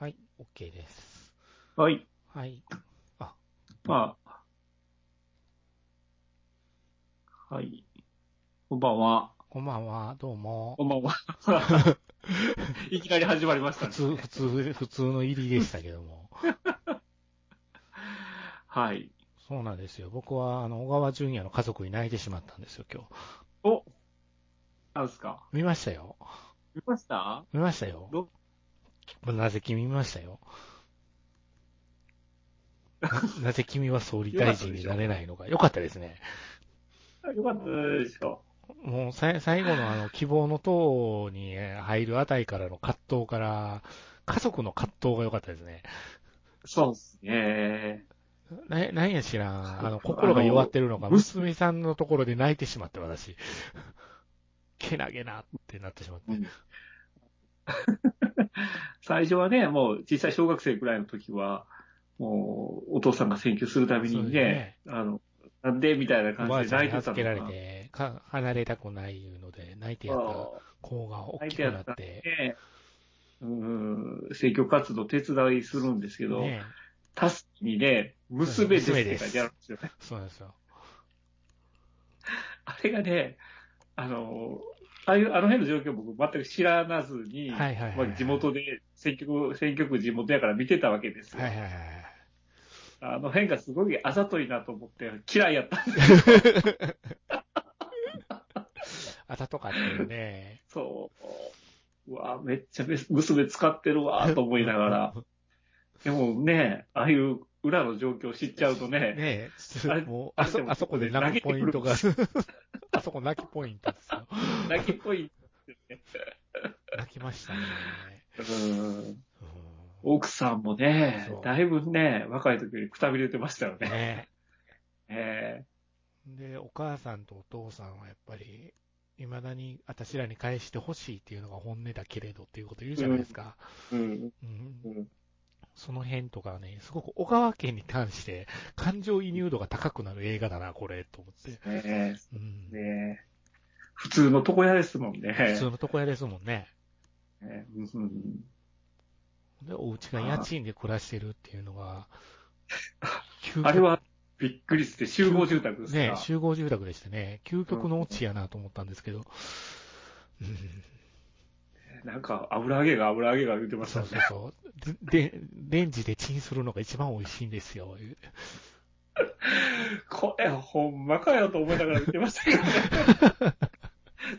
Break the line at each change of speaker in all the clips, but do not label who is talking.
はい、OK です。
はい。
はい。
まあ。はい。こんばんは。
こんばんは、どうも。
こん ばんは。いきなり始まりました
普通、
ね。
普通、普通の入りでしたけども。
はい。
そうなんですよ。僕は、あの、小川淳也の家族に泣いてしまったんですよ、今日。
おなんすか
見ましたよ。
見ました
見ましたよ
ど。
なぜ君見ましたよ。ななぜ君は総理大臣になれないのか。よかったですね。
よかったでしょ。
もうさい最後のあの希望の党に入るあたりからの葛藤から、家族の葛藤が良かったですね。
そうっすね。
な、なんや知らん。あの、
そう
心が弱ってるのか、
あの娘
娘さんのところで泣いてしまって、私。けなげなってなってしまって。
最初はね、もう小さい小学生くらいの時は、もうお父さんが選挙するため
そう
に
です
ね、あの、なんでみたいな
お
感
ばあ
じ
ち
で
ゃん
泣
に
いて
預
たの
けら
が
れて、か、離れたくないいうので、泣いてやった
あ
子が大
泣い
き
て
く
や
な
っ
った
ん
て。
で、うん、選挙活動手伝いするんですけど、
ね
タスキにね、娘ですっ
娘
て
です
書いてあるんですよね。
そうなんですよ。
あれがね、あの、ああいう、あの辺の状況僕全く知らなずに、
はいはいはいはい
まあ地元で、選挙区、選挙区地元やから見てたわけですよ。
はいはいはい。
あの辺がすごいあざといなと思って嫌いやったんです
あたとかっていうね。
そう。うわめっちゃめ娘使って るわと思いながら。でもね、ああいう裏の状況知っちゃうと
ね
ね、
え、
あれ
もう、
あ
あ
れで
そ、
も
あそこで泣きポイントが、 あそこ泣きポイントですよ。
泣きっ ぽい。
泣きましたね。
うん
うん
奥さんもね
そう、
だいぶね、若い時よりくたびれてましたよね。
ね
え
で、お母さんとお父さんはやっぱり、いまだに私らに返してほしいっていうのが本音だけれどっていうこと言うじゃないですか。
えうん
うん
うん
その辺とかね、すごく小川県に関して感情移入度が高くなる映画だな、これ、と思って。
ね
うん
えねえ普通の床屋ですもんね。
普通の床屋ですもんね。
ねうん
で、お家が家賃で暮らしてるっていうのが、究極
あれはびっくりして、集合住宅ですか
ね、集合住宅でしてね、究極のオチやなと思ったんですけど、うん
なんか、油揚げが油揚げが言ってまし
そ
た
う
ね。
そうそう。で、でレンジでチンするのが一番美味しいんですよ。言うて
これ、ほんまかよと思いながら見てましたけどね。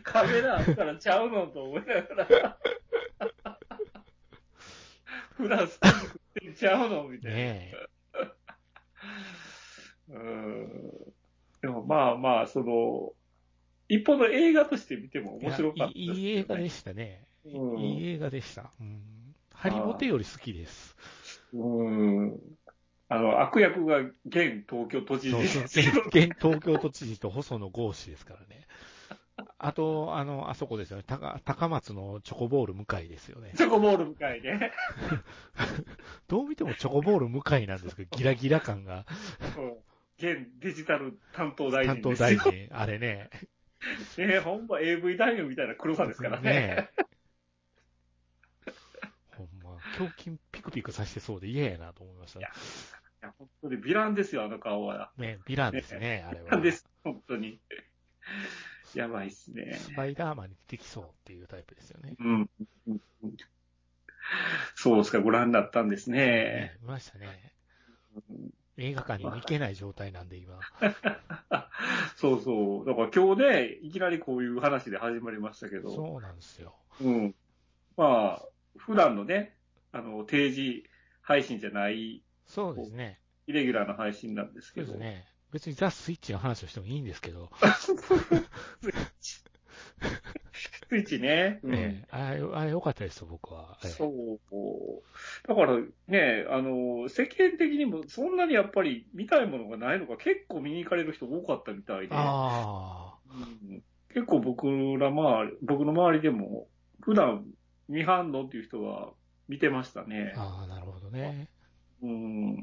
カメラあったらちゃうのと思いなが ら。フランスで食ってちゃうのみたいな。
ね
うん。でもまあまあ、その、一方の映画として見ても
え。
面白かった
いやいいいい映画
で
ですしたね。い
うん
い映画でした。うんハリボテより好きです。
よね。うん。あの、悪役が現東京都知事
そう
で
そう
すけど。
現現東京都知事と細野豪志ですからね。あと、あの、あそこですよね。高高松のチョコボール向井ですよね。
チョコボールみたいね。
どう見てもチョコボール向井なんですけど、ギラギラ感が
うん現デジタル担当大臣
担当
ですよ
大臣、あれね。
ねえ、ほんま AV 男優みたいな黒さですからね。
え。ほんま、胸筋ピクピクさせてそうで嫌やなと思いました。
い
ね
やいや本当にヴィランですよ、あの顔は。
ヴィランです ね、あれ
ヴィラ
は。
ンです、本当に。やばいっすね。
スパイダーマンに出てきそうっていうタイプですよね。
うん。うんそうですか、ご覧になったんですね。
ね見ましたね。映画館にも行けない状態なんで、今。
そうそう。だから今日ね、いきなりこういう話で始まりましたけど、
そうなんですよ。
うん。まあ、普段のね、あの、定時配信じゃない、
そうですね。
イレギュラーな配信なんです
そ
け
うで
ど、
すね。別にザ・スイッチの話をしてもいいんですけど、
スイッチね。うん
ええあれ、あれ良かったですよ、僕は。ええ
そう。だからね、あの、世間的にもそんなにやっぱり見たいものがないのか、結構見に行かれる人多かったみたいで、
あ
うん結構僕ら周り、僕の周りでも、普段見反応っていう人は見てましたね
あ、。ああ、なるほどね。
うん。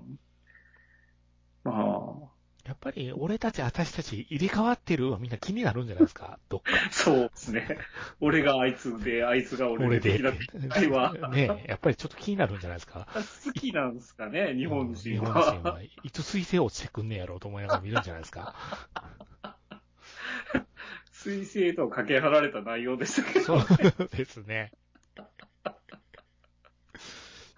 まあ、
やっぱり俺たち、私たち入れ替わってるはみんな気になるんじゃないです か、どっか。
そうです ね。俺があいつで、あいつが俺
俺
で
で。
的な会話。
ねえやっぱりちょっと気になるんじゃないですか。
好きなんです かね、日本人
うん日本
は。
人は。いつ彗星落ちてくんねやろうと思いながら見るんじゃないです か。
水星とはかけ離れた内容でしたけど。
そうですね。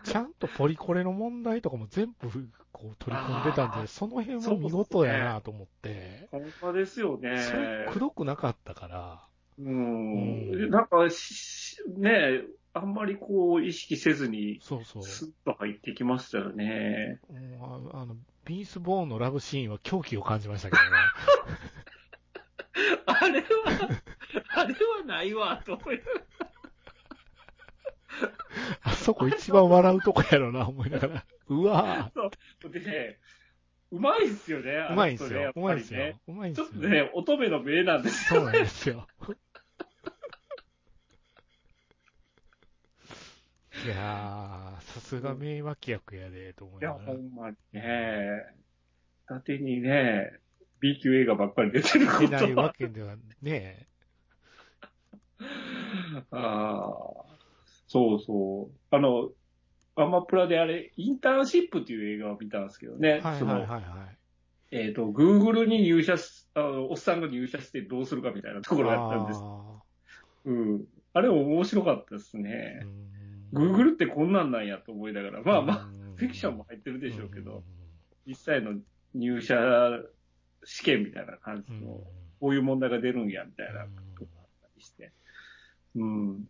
ちゃんとポリコレの問題とかも全部こう取り組んでたん
あー
で、その辺は見事やなと思って、
ほんまですよね。
それくどくなかったから、
うん。
うん
なんかし、ねえ、あんまりこう意識せずに、
そうそう。
スッと入ってきましたよね。
もうああの、ビースボーンのラブシーンは狂気を感じましたけどね。
あ れは、あれはないわ、と思いながら
あそこ一番笑うとこやろな、思いながら。うわ
でね、うまいっすよね。
ぁ。うまいんす
あの
よ。
人
う
ね
まい
やっぱ
ん
り
す
ね
よ。。うまいんす
ち
よ
ょっ。とね、乙女の名なんです
そう
よ
なん
ね。
ですよ。いやー、さすが名脇役やで、と思い
い
な
や、
がら
ほ。んまにね。伊達にね、B 級映画ばっかり出てるこ
いけない
とは。
わけではね
ああ。そうそう。あの、アマプラであれ、インターンシップっていう映画を見たんですけどね。
え。はい
そ
はい
の
はいはい。
えっ、と、Google に入社し、あの、おっさんが入社してどうするかみたいなところやったんです。
あ
うん。あれ面白かったですね
ーう。ん
Google ってこんなんなんやと思いながら、まあまあ、
うん
フィクションも入ってるでしょうけど、。実際の入社試験みたいな感
う
じ
んうんうん
の、こういう問題が出るんやみたいなことがあったりして。うん。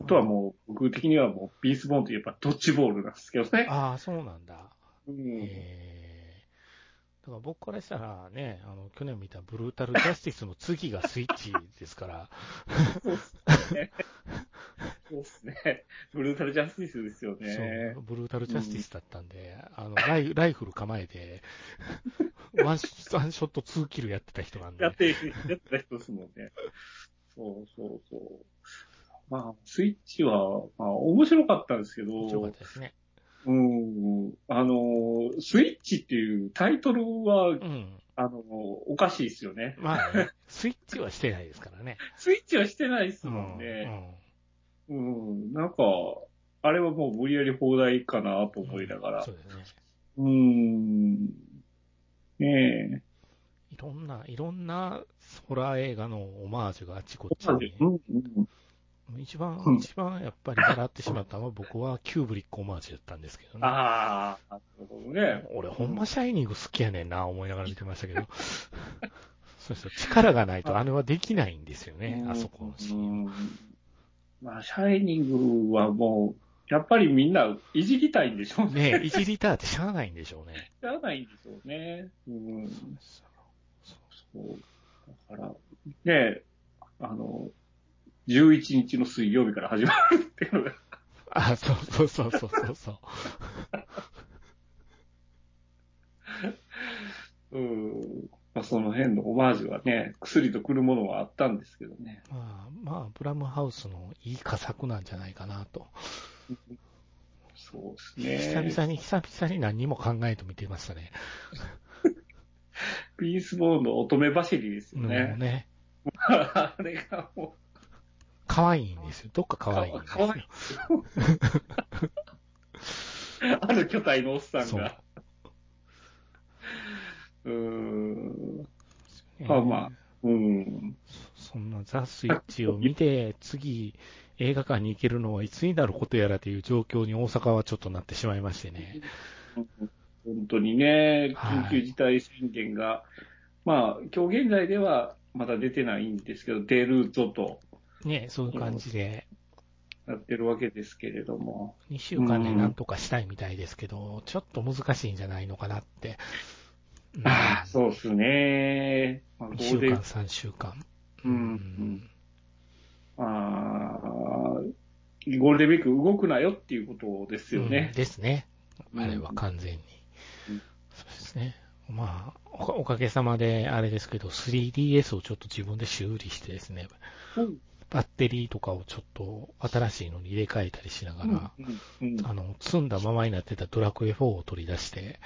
あとはもう、僕的にはもう、ビースボーンといえばドッジボールなんですけどね。
ああ、そうなんだ。
うん。
えーだから僕からしたらね、あの、去年見たブルータルジャスティスの次がスイッチですから、
そうですね。ブルータルジャスティスですよ ね
そ。う、ブルータルジャスティスだったんで、あの、ライライフル構えて、 ワンシワンショットツーキルやってた人なんで。
やって、やってた人ですもんね。そうそうそう。まあ、スイッチは、まあ、面白かったんですけど、
面白かったですね。
うん、あの、スイッチっていうタイトルは、
うん。
あの、おかしいですよね。
まあね、スイッチはしてないですからね。
スイッチはしてないです
う
もん
ん。
ね。うん、なんか、あれはもう無理やり放題かなと思いながら
そう。ですね。
うん、ねえ。
いろんな、いろんなホラー映画のオマージュがあちこち
うん
に。
うん
一番
う、ん
一番やっぱり笑ってしまったのは僕はキューブリックオマージュだったんですけどね。
ああ、なるほどね。
俺ほんまシャイニング好きやねんな思いながら見てましたけど。 そうそう、力がないとあれはできないんですよね、あそこのシーン。
うんまあ、シャイニングはもう、やっぱりみんないじりたいんでしょうね。
ねえ、いじりたってしゃあないんでしょうね。
しゃあないんでしょうね。うん。そう。だから、ねえ、あの、11日の水曜日から始まるっていうのが、
あ、そうそうそうそうそうそう。
うん。まあ、その辺のオマージュはね、薬と来るものはあったんですけどね。
まあ、まあ、ブラムハウスのいい佳作なんじゃないかなと。
そうです
久
ね。
々に、久々に何も考えて見てましたね。
ピースボーンの乙女走りですよ
もう
ね。
ね、
あれがも
可愛いんですよ。どっか
う、
可愛いんです
かわいい
よ。
ですよ。ある巨体のおっさん
そう
が。。うーん。
えー
まあまあうん。
そんなザ・スイッチを見て、次、映画館に行けるのはいつになることやらという状況に大阪はちょっとなってしまいましてね。
本当にね、
はい
緊急事態宣言が、まあ、今日現在ではまだ出てないんですけど、出るぞと
ね、そういう感じで、
なってるわけですけれども。
2週間でなんとかしたいみたいですけど、ちょっと難しいんじゃないのかなって。うん
ああ、そうですね。まあ、
2
ゴー
週
ルデン
間、3週間。
うんうんあーゴールデンウィーク動くなよっていうことですよ
うん
ね。
ですね。あれは完全に。
うん
そうですね。まあ、おかおかげさまで、あれですけど、3DS をちょっと自分で修理してですね、
うん
バッテリーとかをちょっと新しいのに入れ替えたりしながら、
うんうん
あの、積んだままになってたドラクエ4を取り出して、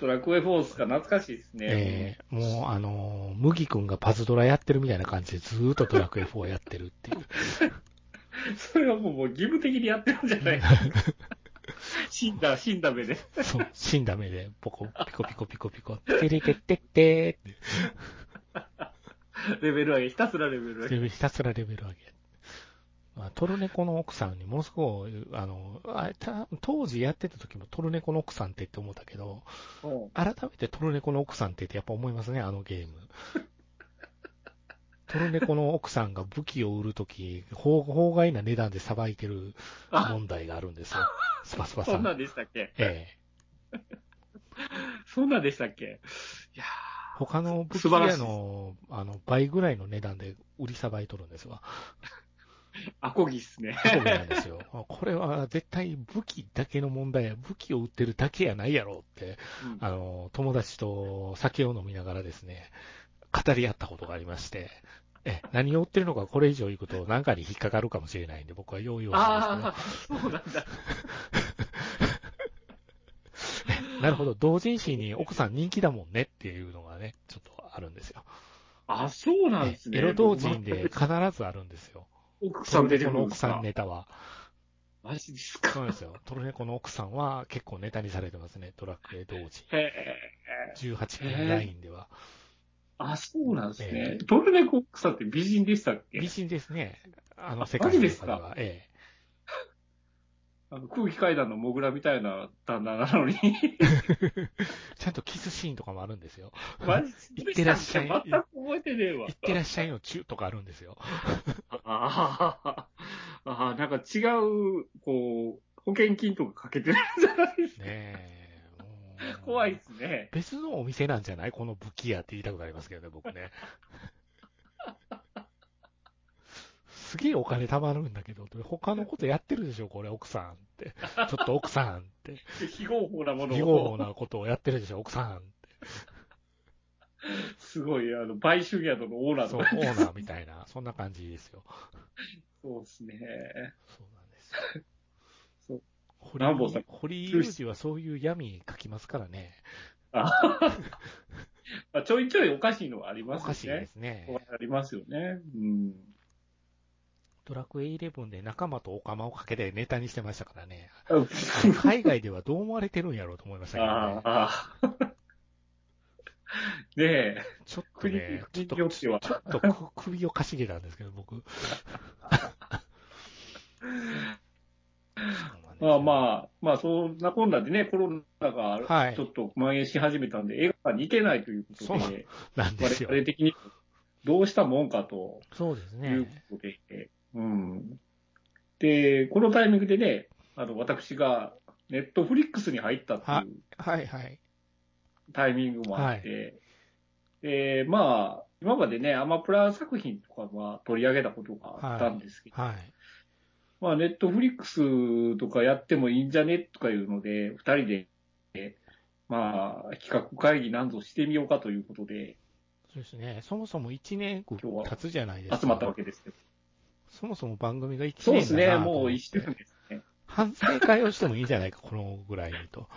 ドラクエ4ですか、懐かしいですね。
ええもう、あのー、麦君がパズドラやってるみたいな感じで、ずーっとドラクエ4やってるっていう。
それはもうもう義務的にやってるんじゃ ないですか。死んだ、死んだ目で。
そう、死んだ目で、ポコ、ピコピコピコピコ、テレテテテーっ
レベル上げ、ひたすらレベル
て、
上
レ
げ。
ベルひたすらレベル上げ。まあ、トルネコの奥さんにものすごい、あの、あた当時やってた時もトルネコの奥さんってって思ったけど、
うん
改めてトルネコの奥さんってってやっぱ思いますね、あのゲーム。 トルネコの奥さんが武器を売るとき、法法外な値段でさばいてる
あ、
問題があるん ですよ。スパスパさ
そん
ん。
なんでしたっけ
ええ。
そんなんでしたっけいや
他の武器
素晴ら
屋
しいです
のあの倍ぐらいの値段で売りさばいとるんです わ。
ー、アコギっすね。
そうなんですよ。これは絶対武器だけの問題や、武器を売ってるだけやないやろって、
うん
あの、友達と酒を飲みながらですね、語り合ったことがありまして、え、何を売ってるのかこれ以上行くと何かに引っかかるかもしれないんで、僕は用意をしてますね
ああ、そうなんだ。
なるほど、同人誌に奥さん人気だもんねっていうのがね、ちょっとあるんですよ。
あ、そうなんですね。
エロ同人で必ずあるんですよ。
奥さん出てく
この
るん
奥
です
さ
か
んネタは。
マジです
そう
か。
なんですよ。トルネコの奥さんは結構ネタにされてますね。ドラクエ同時。
へえ。
18年ラインでは。
あ、そうなんです
え
ね
え。
トルネコ奥さんって美人でしたっ
美
け
人ですね。あの
あ
世界の中では。ええ。
あの空気階段のモグラみたいな旦那な のに。
ちゃんとキスシーンとかもあるんですよ。
マジ
いってらっしゃい
全く覚えてねえわ
いっ。てらっしゃいのチューとかあるん ですよ。
ああ、ああ、なんか違う、こう、保険金とかかけてるんじゃない ですか。
ねえ。もう
怖いで。すね。
別のお店なんじゃないこの武器屋って言いたくなりますけどね、僕 ね。すげえお金貯まるんだけど、他のことやってるでしょ、これ、奥さんって。ちょっと奥さん って。
非合法なもの
非合法
を。
なことをやってるでしょ、奥さん。
すごい、あの、買収宿のオーナー
そう、
と
オ
か。
ーナーみたいな、そんな感じですよ。
そうですね。
そうなんですよ。
そう
堀
ランボーさん
堀井雄二はそういう闇書きますからね。
まあ、ちょいちょいおかしいのはあり
お
ますよね。
かしいですね。
ありますよね。 うん。
ドラクエ11で仲間とオカマをかけてネタにしてましたからね。
あ
海外ではどう思われてるんやろうと思いましたけどね
あ。あ。 ねえ、
ちょっとね、ちょ
国
っと、
国によって
ちょ
は
っとく首をかしげたんですけど、僕。
まあまあ、まあそんなこんなでね、コロナが
あはい
ちょ。っと蔓延し始めたんで、映画館に行けないということ
そうなん
で、
なんです
我
よ。
々的にどうしたもんかと
そうです
い
ね
う。ことで、うん。で、このタイミングでね、あの、私がネットフリックスに入ったって
は
いう
はいはい。
タイミングもあって、で、まあ、今までね、アマプラ作品とかは取り上げたことがあったんですけど、
はい。
まあ、ネットフリックスとかやってもいいんじゃねとかいうので、二人で、まあ、企画会議なんぞしてみようかということで、
そうですね。そもそも1年
日は
経つじゃないですか。
集まったわけですけど。
そもそも番組が1年
そうですね、
だなと思
も
っ
う
て
一周年ですね。
反省会をしてもいいんじゃないか、このぐらいにと。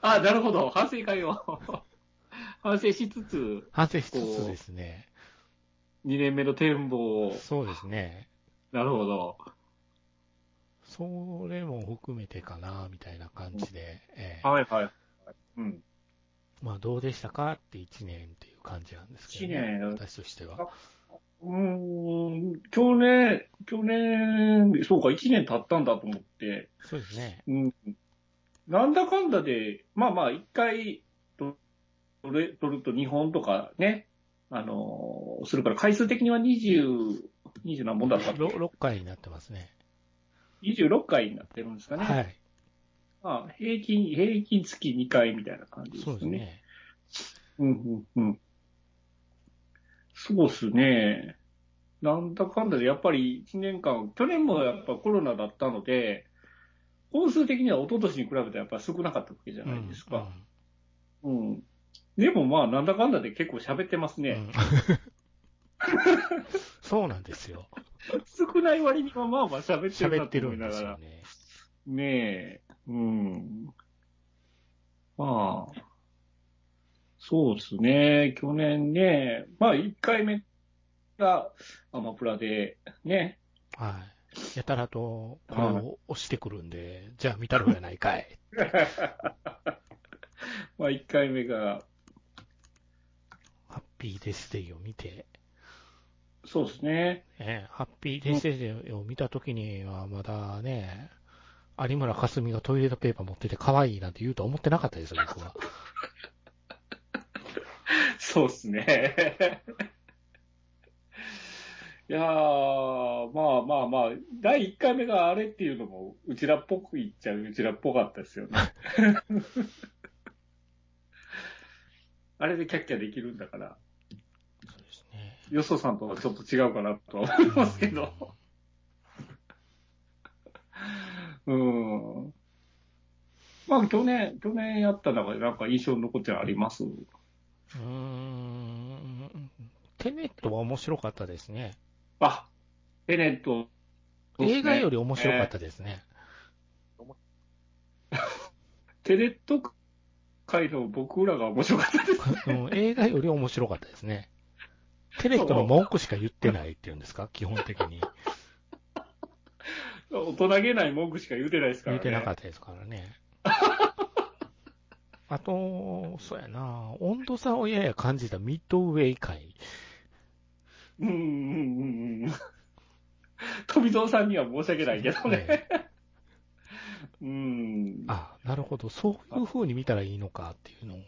あ、なるほど、反省会を。 反省しつつ、
反省しつつですね。
2年目の展望を。
そうですね。
なるほど。
それも含めてかな、みたいな感じで。ええ
はいはい。うん。
まあ、どうでしたかって1年っていう感じなんですけど、ね。
一年
私としては。
うーん、去年、去年、そうか、1年経ったんだと思って、
そうですね。
うんなんだかんだで、まあまあ、一回と、取れ、取ると2本とかね、あのーするから、回数的には20、20何本だったっけ
6, 回になってますね。
?26 回になってるんですかね。
はい。
まあ、平均、平均月2回みたいな感じです
そ
ね。
うですね。
うんうんうん。そうっすね。なんだかんだで、やっぱり1年間、去年もやっぱコロナだったので、本数的には一昨年に比べたらやっぱり少なかったわけじゃないですか。
うん
うん。でもまあ、なんだかんだで結構喋ってます
うん
ね。
うん そうなんです よ。
少ない割にはまあまあ喋ってる
喋
な
って
と
る
思い
ん
な
で
が
す
ら
よ。ね。
ねえ。うん。まあ、そうですね、去年ね、まあ1回目がアマプラでね、
はい。やたらと、これを押してくるんで、じゃあ見たろうやないかい。
まあ1回目が、
ハッピーデスデイを見て、
そうですね、
ええハッピーデスデイを見たときには、まだね、有村架純がトイレットペーパー持ってて可愛いなんて言うとは思ってなかったです、僕は。
そうですね。いやー、まあまあまあ、第1回目があれっていうのも、うちらっぽく言っちゃう、うちらっぽかったですよね。 あれでキャッキャできるんだから、
そうですね。
よそさんとはちょっと違うかなと は思いますけど。うん。まあ、去年、去年やった中でなんか印象に残ってるのあります
うーん。テネットは面白かったですね。
あ、テネット、そうっすね
映画より面白かったですね。
テネット界の僕らが面白かったです。
うん、映画より面白かったですね。テネットの文句しか言ってないっていうんですか、基本的に。
大人げない文句しか言うてないですから
言
ね。
うてなかったですからね。 あと、そうやな、温度差をやや感じたミッドウェイ界。
うんうんうんうん。 富蔵さんには申し訳ないけどね。
ね
うん。
あ、なるほど、そういう風に見たらいいのかっていうのを、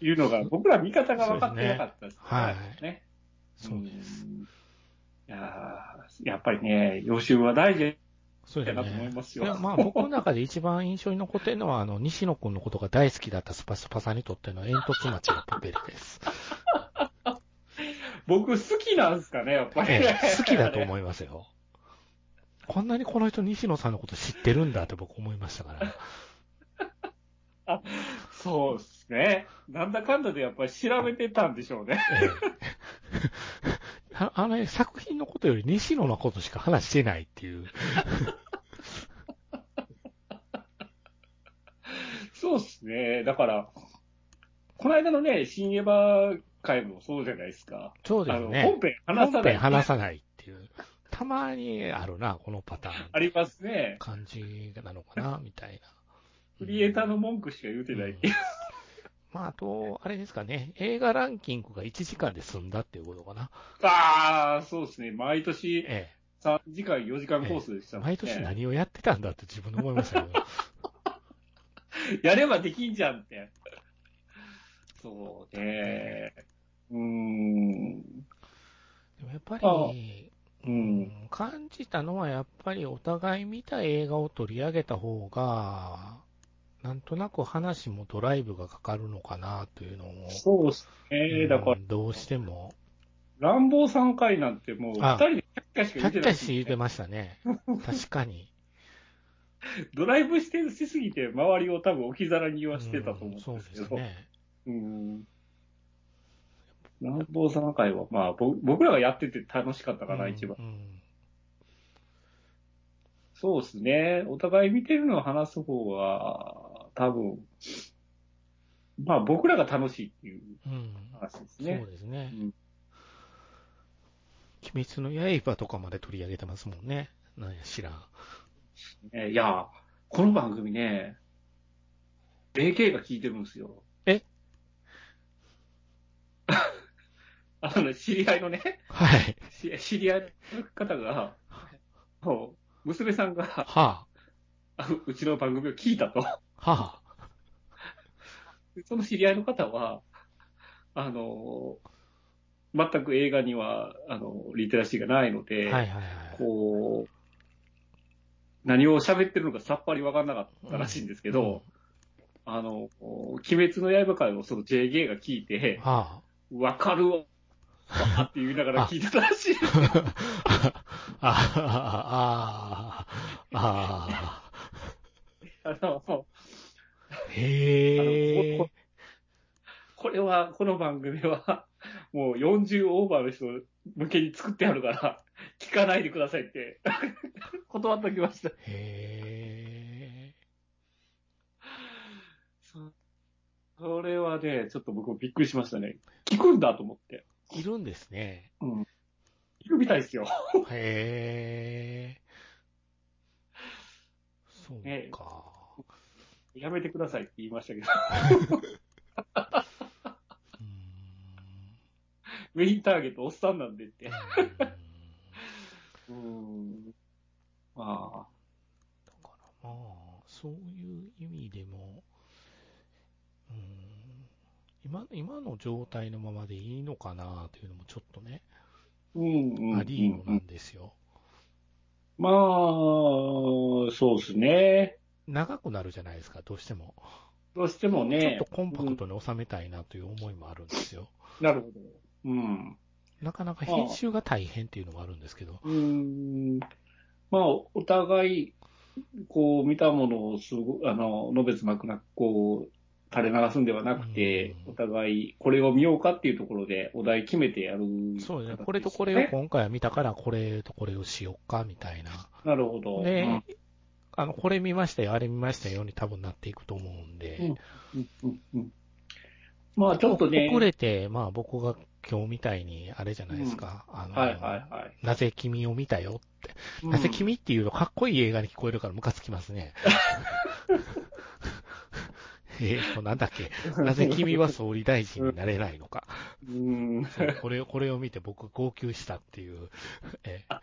いうのが、僕ら見方が分かってなかったですね。
はい
ね。
そうです。
ん。いやーやっぱりね、予習は大事
そう
だ
や
なと思い
ね。
ます
い
よ。
や、まあ僕の中で一番印象に残ってるのは、あの、西野くんのことが大好きだったスパスパさんにとっての煙突町のプペル です。
僕好きなんですかね、やっぱり、
え
ね
え、好きだと思いますよ。こんなにこの人西野さんのこと知ってるんだって僕思いましたから。
そうですね。なんだかんだでやっぱり調べてたんでしょうね。
ええああのね、作品のことより西野のことしか話してないっていう。
そうですね。だから、この間のね、新エヴァ会もそうじゃないですか。
そうで
あ
す
の、
ね
本。編話さ
本
な
編
い。
話さないっていう。たまにあるな、このパターン。
ありますね。
感じなのかな、みたいな。
クリエイターの文句しか言うてないっていう。
まあ、あと、あれですかね、映画ランキングが1時間で済んだっていうことかな。
ああ、そうですね。毎年
え
3時間、4時間コースでし
え。
たもんね。
毎年何をやってたんだって自分で思いましたけど。
やればできんじゃんって。そうね。うーん。
でもやっぱ
あ
り、う
う。
んん感じたのはやっぱりお互い見た映画を取り上げた方が、なんとなく話もドライブがかかるのかなというのを、
そうですね。だから
う、んどうしても、
乱暴3回なんてもう2
あ
人でキャッキャしか
キ
言
ャ
う
ッ
てな
キ
い
ャ
し
し言ってました ね。確かに。
ドライブしてしすぎて、周りを多分置き去らにはしてたと
うん
思
そ
うん
う
です
で
け
す
ど。
ね。
うん。乱暴さん会は、まあ、ぼ僕らがやってて楽しかったかな、
うん
一番。
うん
そうですね。お互い見てるのを話す方は、多分、まあ、僕らが楽しいっていう
うん
話です
そ
ね
う。ですね。
うん
鬼滅の刃とかまで取り上げてますもんね。なんや知 らん。
えいや、この番組ね、AK が聞いてるんですよ。
え
あのね、知り合いのね、
はい。
し知り合いの方が、こう娘さんが、
は
あうちの番組を聞いたと。
あ。は
その知り合いの方は、あの、全く映画には、あの、リテラシーがないの
あ。は
で、
いはいはい。
こう、何を喋ってるのかさっぱりわかんなかったらしいんですけど、あの、鬼滅の刃会をその JG が聞い
うん、
て、
は
わかるわって言いながら聞いてたら しい。
あ。ああ。ああ。
あの、
へ
あ
え
の。これは、この番組は、 もう40オーバーの人向けに作ってあるから、 聞かないでくださいって、 断っときました。
へえ。
そうそれはね、ちょっと僕もびっくりしましたね。聞くんだと思って。
いるんですね。
聞くみたいですよ。
へえ。そう
ね
か。
やめてくださいって言いましたけど、
うーん
メインターゲットおっさんなんでって。
うんだから
うん。まあ、
まあ、そういう意味でも、うーん今今の状態のままでいいのかなというのもちょっとね、
うん、うん。
ありーのなんですよ。
まあ、そうですね。
長くなるじゃないですか、どうしても。
どうしても
ちょっ
ね
と、コンパクトに収めたいなという思いもあるんですよ。
なるほど。うん。
なかなか編集が大変っていうのもあるんですけど。
うーん。まあ、お互い、こう、見たものをすご、あの、のべつまくなく、こう、垂れ流すんではなくて、
うん
お互い、これを見ようかっていうところで、お題決めてやる、
そうですね、これとこれを。今回は見たから、これとこれをしよっか、みたいな。
なるほど。
で、あの、これ見ましたよ、あれ見ましたよに多分なっていくと思うんで。
うんうんうんうんまあ、ちょっとね、
遅れて、まあ僕が今日みたいに、あれじゃないですか。あの、
はいはいは
なぜ君を見たよって。
い。
なぜ 君っていうのかっこいい映画に聞こえるからムカつきますね。えーと、なんだっ け。なぜ君は総理大臣になれないのか。
うん、うん
そうこれを、これを見て僕号泣したっていう。えー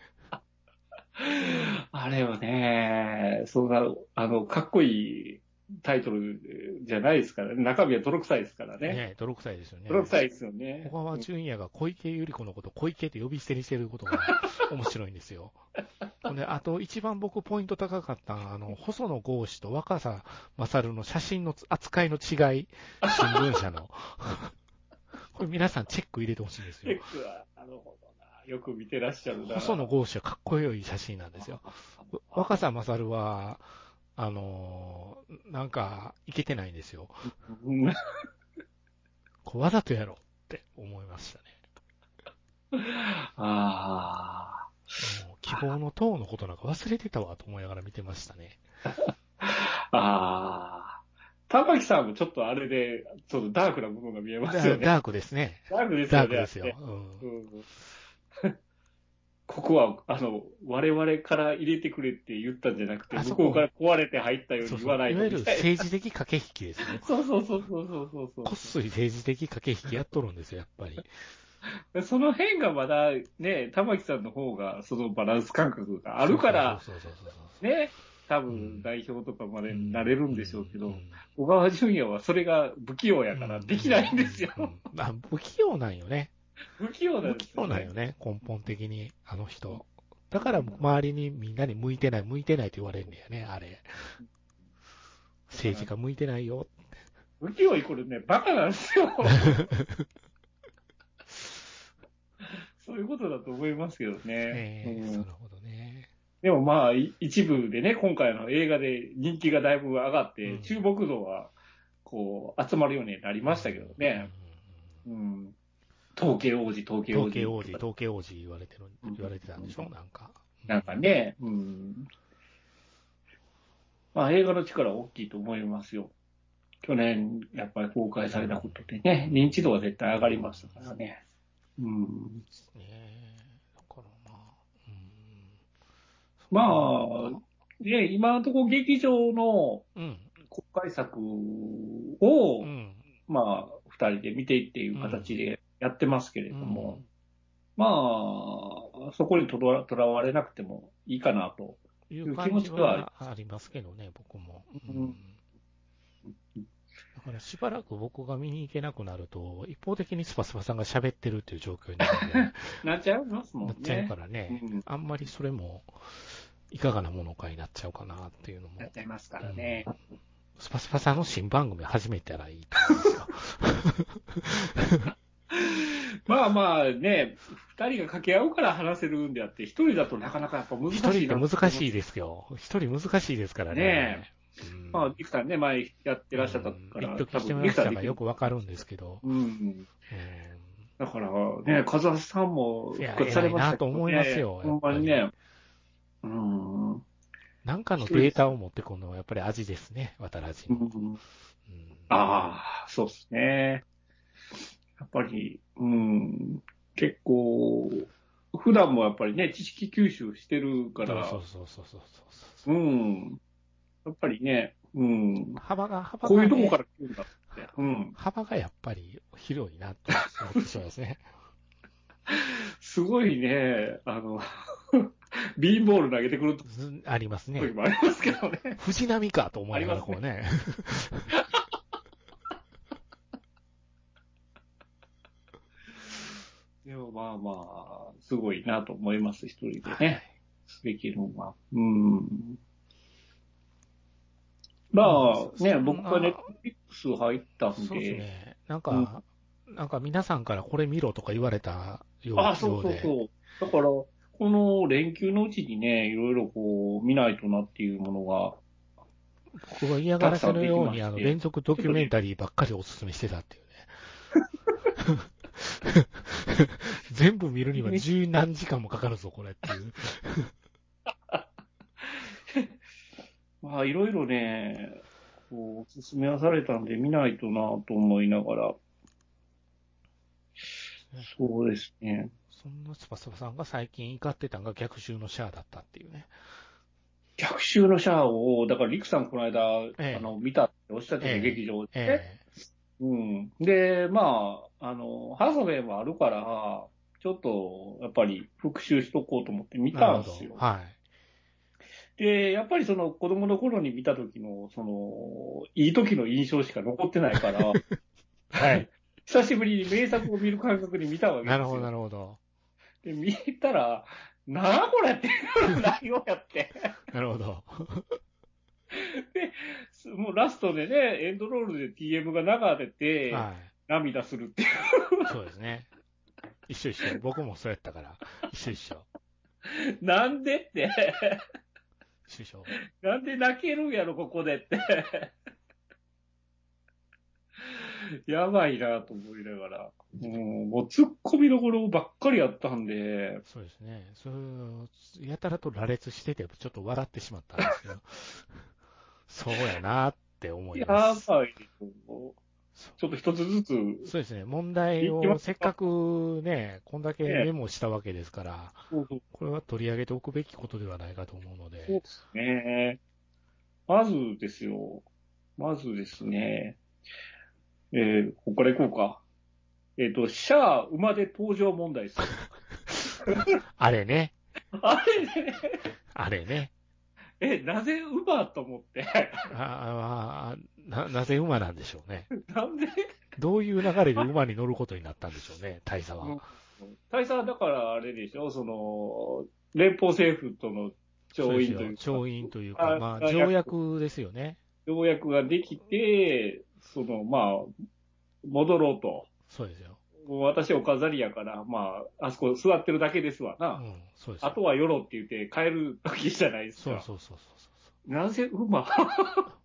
あれはね、そんな、あの、かっこいいタイトルじゃないですからね。中身は泥臭いですからね。
ね泥臭いですよね。
泥臭いですよね。
小川淳也が小池百合子のこと小池と呼び捨てにしてる ことが面白いんですよ。ほんで、あと一番僕ポイント高かったのはあの、細野豪志と若狭勝の写真の扱いの違い、新聞社 の。これ皆さんチェック入れてほしいんです
チェッ
よ。
クは、なるほどな。よく見てらっしゃるな。
細野豪志はかっこよい写真なんですよ。若狭勝は、あのーなんか、いけてないんですよ。
うん
こうわざとやろうって思いましたね。
あ
もう希望の塔のことなんか忘れてたわと思いながら見てましたね。
あ、ああ。玉木さんもちょっとあれで、ちょっとダークな部分が見えますよね。
ダークですね。
ダークですよ
ダー
ね。
クですよ。
う
うん
んここは、あの、我々から入れてくれって言ったんじゃなくて、
あそ
向
こ
こうから壊れて入ったよう
そ
に
う
言
そう
わないい
わ
の
ゆる
みたいな。
政治的駆け引きですね。
そうそうそうそうそうそう
こっそり政治的駆け引きやっとるんですよ、やっぱり。
でその辺がまだね、玉木さんの方がそのバランス感覚があるから、
そうそうそうそうそう
ね、多
うん
分代表とかまでなれるんでしょうけ
う
ど、
ん
小川淳也はそれが不器用やからできないんですよ。
ううんまあ、不器用なんよね。
不器用な
不
んで
器
す
用
よ、
なんよ
ね。
ね、根本的に、あの人。だから周りにみんなに向いてない、向いてないと言われるんだよね、あれ。政治家向いてないよ。
不器用イコールね、バカなんで すよ。そういうことだと思いますけどね。
ええ
うん
なるほどね。
でもまあ、い一部でね、今回の映画で人気がだいぶ上がって、
うん
注目度は、こう、集まるようになりましたけどね。
うんうんうん
うん。統計王子、統計王
統計
子。
王子、統計王子言われてる、言われてたんでしょ、なんか。
なんか。ね、うん。まあ、映画の力は大きいと思いますよ。去年、やっぱり公開されたことでね、認知度は絶対上がりましたからね。うん。
ねえだからまあ。うん
まあ、で、今のところ劇場の
うん、
公開作を、
うん。
まあ、二人で見ていっていう形でやってますけれども、まあ、そこにとらとらわれなくてもいいかなと。
うん、い
いうう
感じ
気持ちはあり
はありますけどね、僕も。う
うん
んだからしばらく僕が見に行けなくなると、一方的にスパスパさんが喋ってるっていう状況になる んで
なっちゃいますもん
な
ね
っ。ちゃうからね、
うん
あんまりそれも、いかがなものかになっちゃうかなっていうのも
なっちゃいますからね。
スパスパさんの新番組始めたらいいと思うんですよ。
まあまあね、二人が掛け合うから話せるんであって、一人だとなかなかやっぱ難しい
一人が難し
い。
いですよ。一人難しいですからね
ね。
うん
まあ、ディクさんね、前やって
い
らっしゃったから、
一時してま
ディ
し
クさ
た
ん
がよくわかるんですけど。
うん。
うん
だからね、カズハさんも
いや
復活されましたけど、ね、
偉いなと思いますよ
ほんまにね。うん。うん
なんかのデータを持ってくるのはやっぱり味ですね、渡らじの。うん
ああ、そうですね。やっぱり、うん、結構、普段もやっぱりね、知識吸収してるから、
そうそうそうそうそうそう
う。ん。やっぱりね、うん。
幅が、幅が
こ
ね、
ういうとこから来るんだって。うん。
幅がやっぱり広いなって思ってしまいます ね。
すごいね、あの、 ビーンボール投げてくる
ずありますね
時。もありますけどね。
藤波かと思いながらこうね。
でもまあまあ、すごいなと思います、一人で
は
ね
い。
できるのは。うん。まあ、ね、
うん
僕はネットフリックス入ったん
そうです
で、
ね。なんか、なんか皆さんからこれ見ろとか言われたよう
あ
よ
あ、そうそう
で。
そう。だから、この連休のうちにね、いろいろこう、見ないとなっていうものが、
僕は嫌がらせのように、
た
あ
くさんできまし
の、
て
連続ドキュメンタリーばっかりお勧めしてたっていうね。 全部見るには十何時間もかかるぞ、これっていう。
まあ、いろいろね、こう、おすすめはされたんで見ないとなと思いながら、そうですね。
そんなスパスパさんが最近怒ってたのが逆襲のシャアだったっていうね。
逆襲のシャアを、だから、リクさんこの間、
ええ
あの、見たっておっしゃって
ええ
る劇場で、
え
うん。で、まあ、あの、ハサウェイもあるから、ちょっと、やっぱり復習しとこうと思って見
えな
た
る
んです
ほど。
よ。
はい。
で、やっぱりその子供の頃に見た時の、その、いい時の印象しか残ってないから、
はい。
久しぶりに名作を見る感覚で見たわけです
な
よ。
るほど、なるほど。
で、見たら、なあこれっていう内容やって。
なるほど。
もうラストでね、エンドロールで TM が流れて、
はい。
涙するっていう。
そうですね。一緒一緒。僕もそうやったから。一緒一緒。
なんでって。
一緒一緒。
なんで泣けるんやろ、ここでって。 やばいなと思いながら。うんもう突っ込みどころばっかりやったんで、
そうですね。それをやたらと羅列してて、ちょっと笑ってしまったんですけど、そうやなって思い
や
ます。
ばいと思うちょっと一つずつ、
そうですね。問題をせっかくね、こんだけメモしたわけですから、
そうそう
これは取り上げておくべきことではないかと思うの
そう
で
で、すね。まずですよ。まずですね。えー、ここから行こうか。えっ、と、シャア馬で登場問題です よ。
あれね、
あれね、
あれね、
え、なぜ馬と思って。
ああななぜ馬なんでしょうね。
なんで
どういう流れで馬に乗ることになったんでしょうね、大佐
うん
は。
大佐はだからあれでしょ、その、連邦政府との調印というか、
調印というか、
あ
まあ、
あ
条約ですよね。
条約ができて、その、まあ、戻ろうと。
そうですよ。
もう私お飾りやから、まあ、あそこ座ってるだけですわ
う
な。
ん、そうですよ
あとはよろって言って帰る時じゃないです
そう
か。
そうそうそうそう。
なぜ馬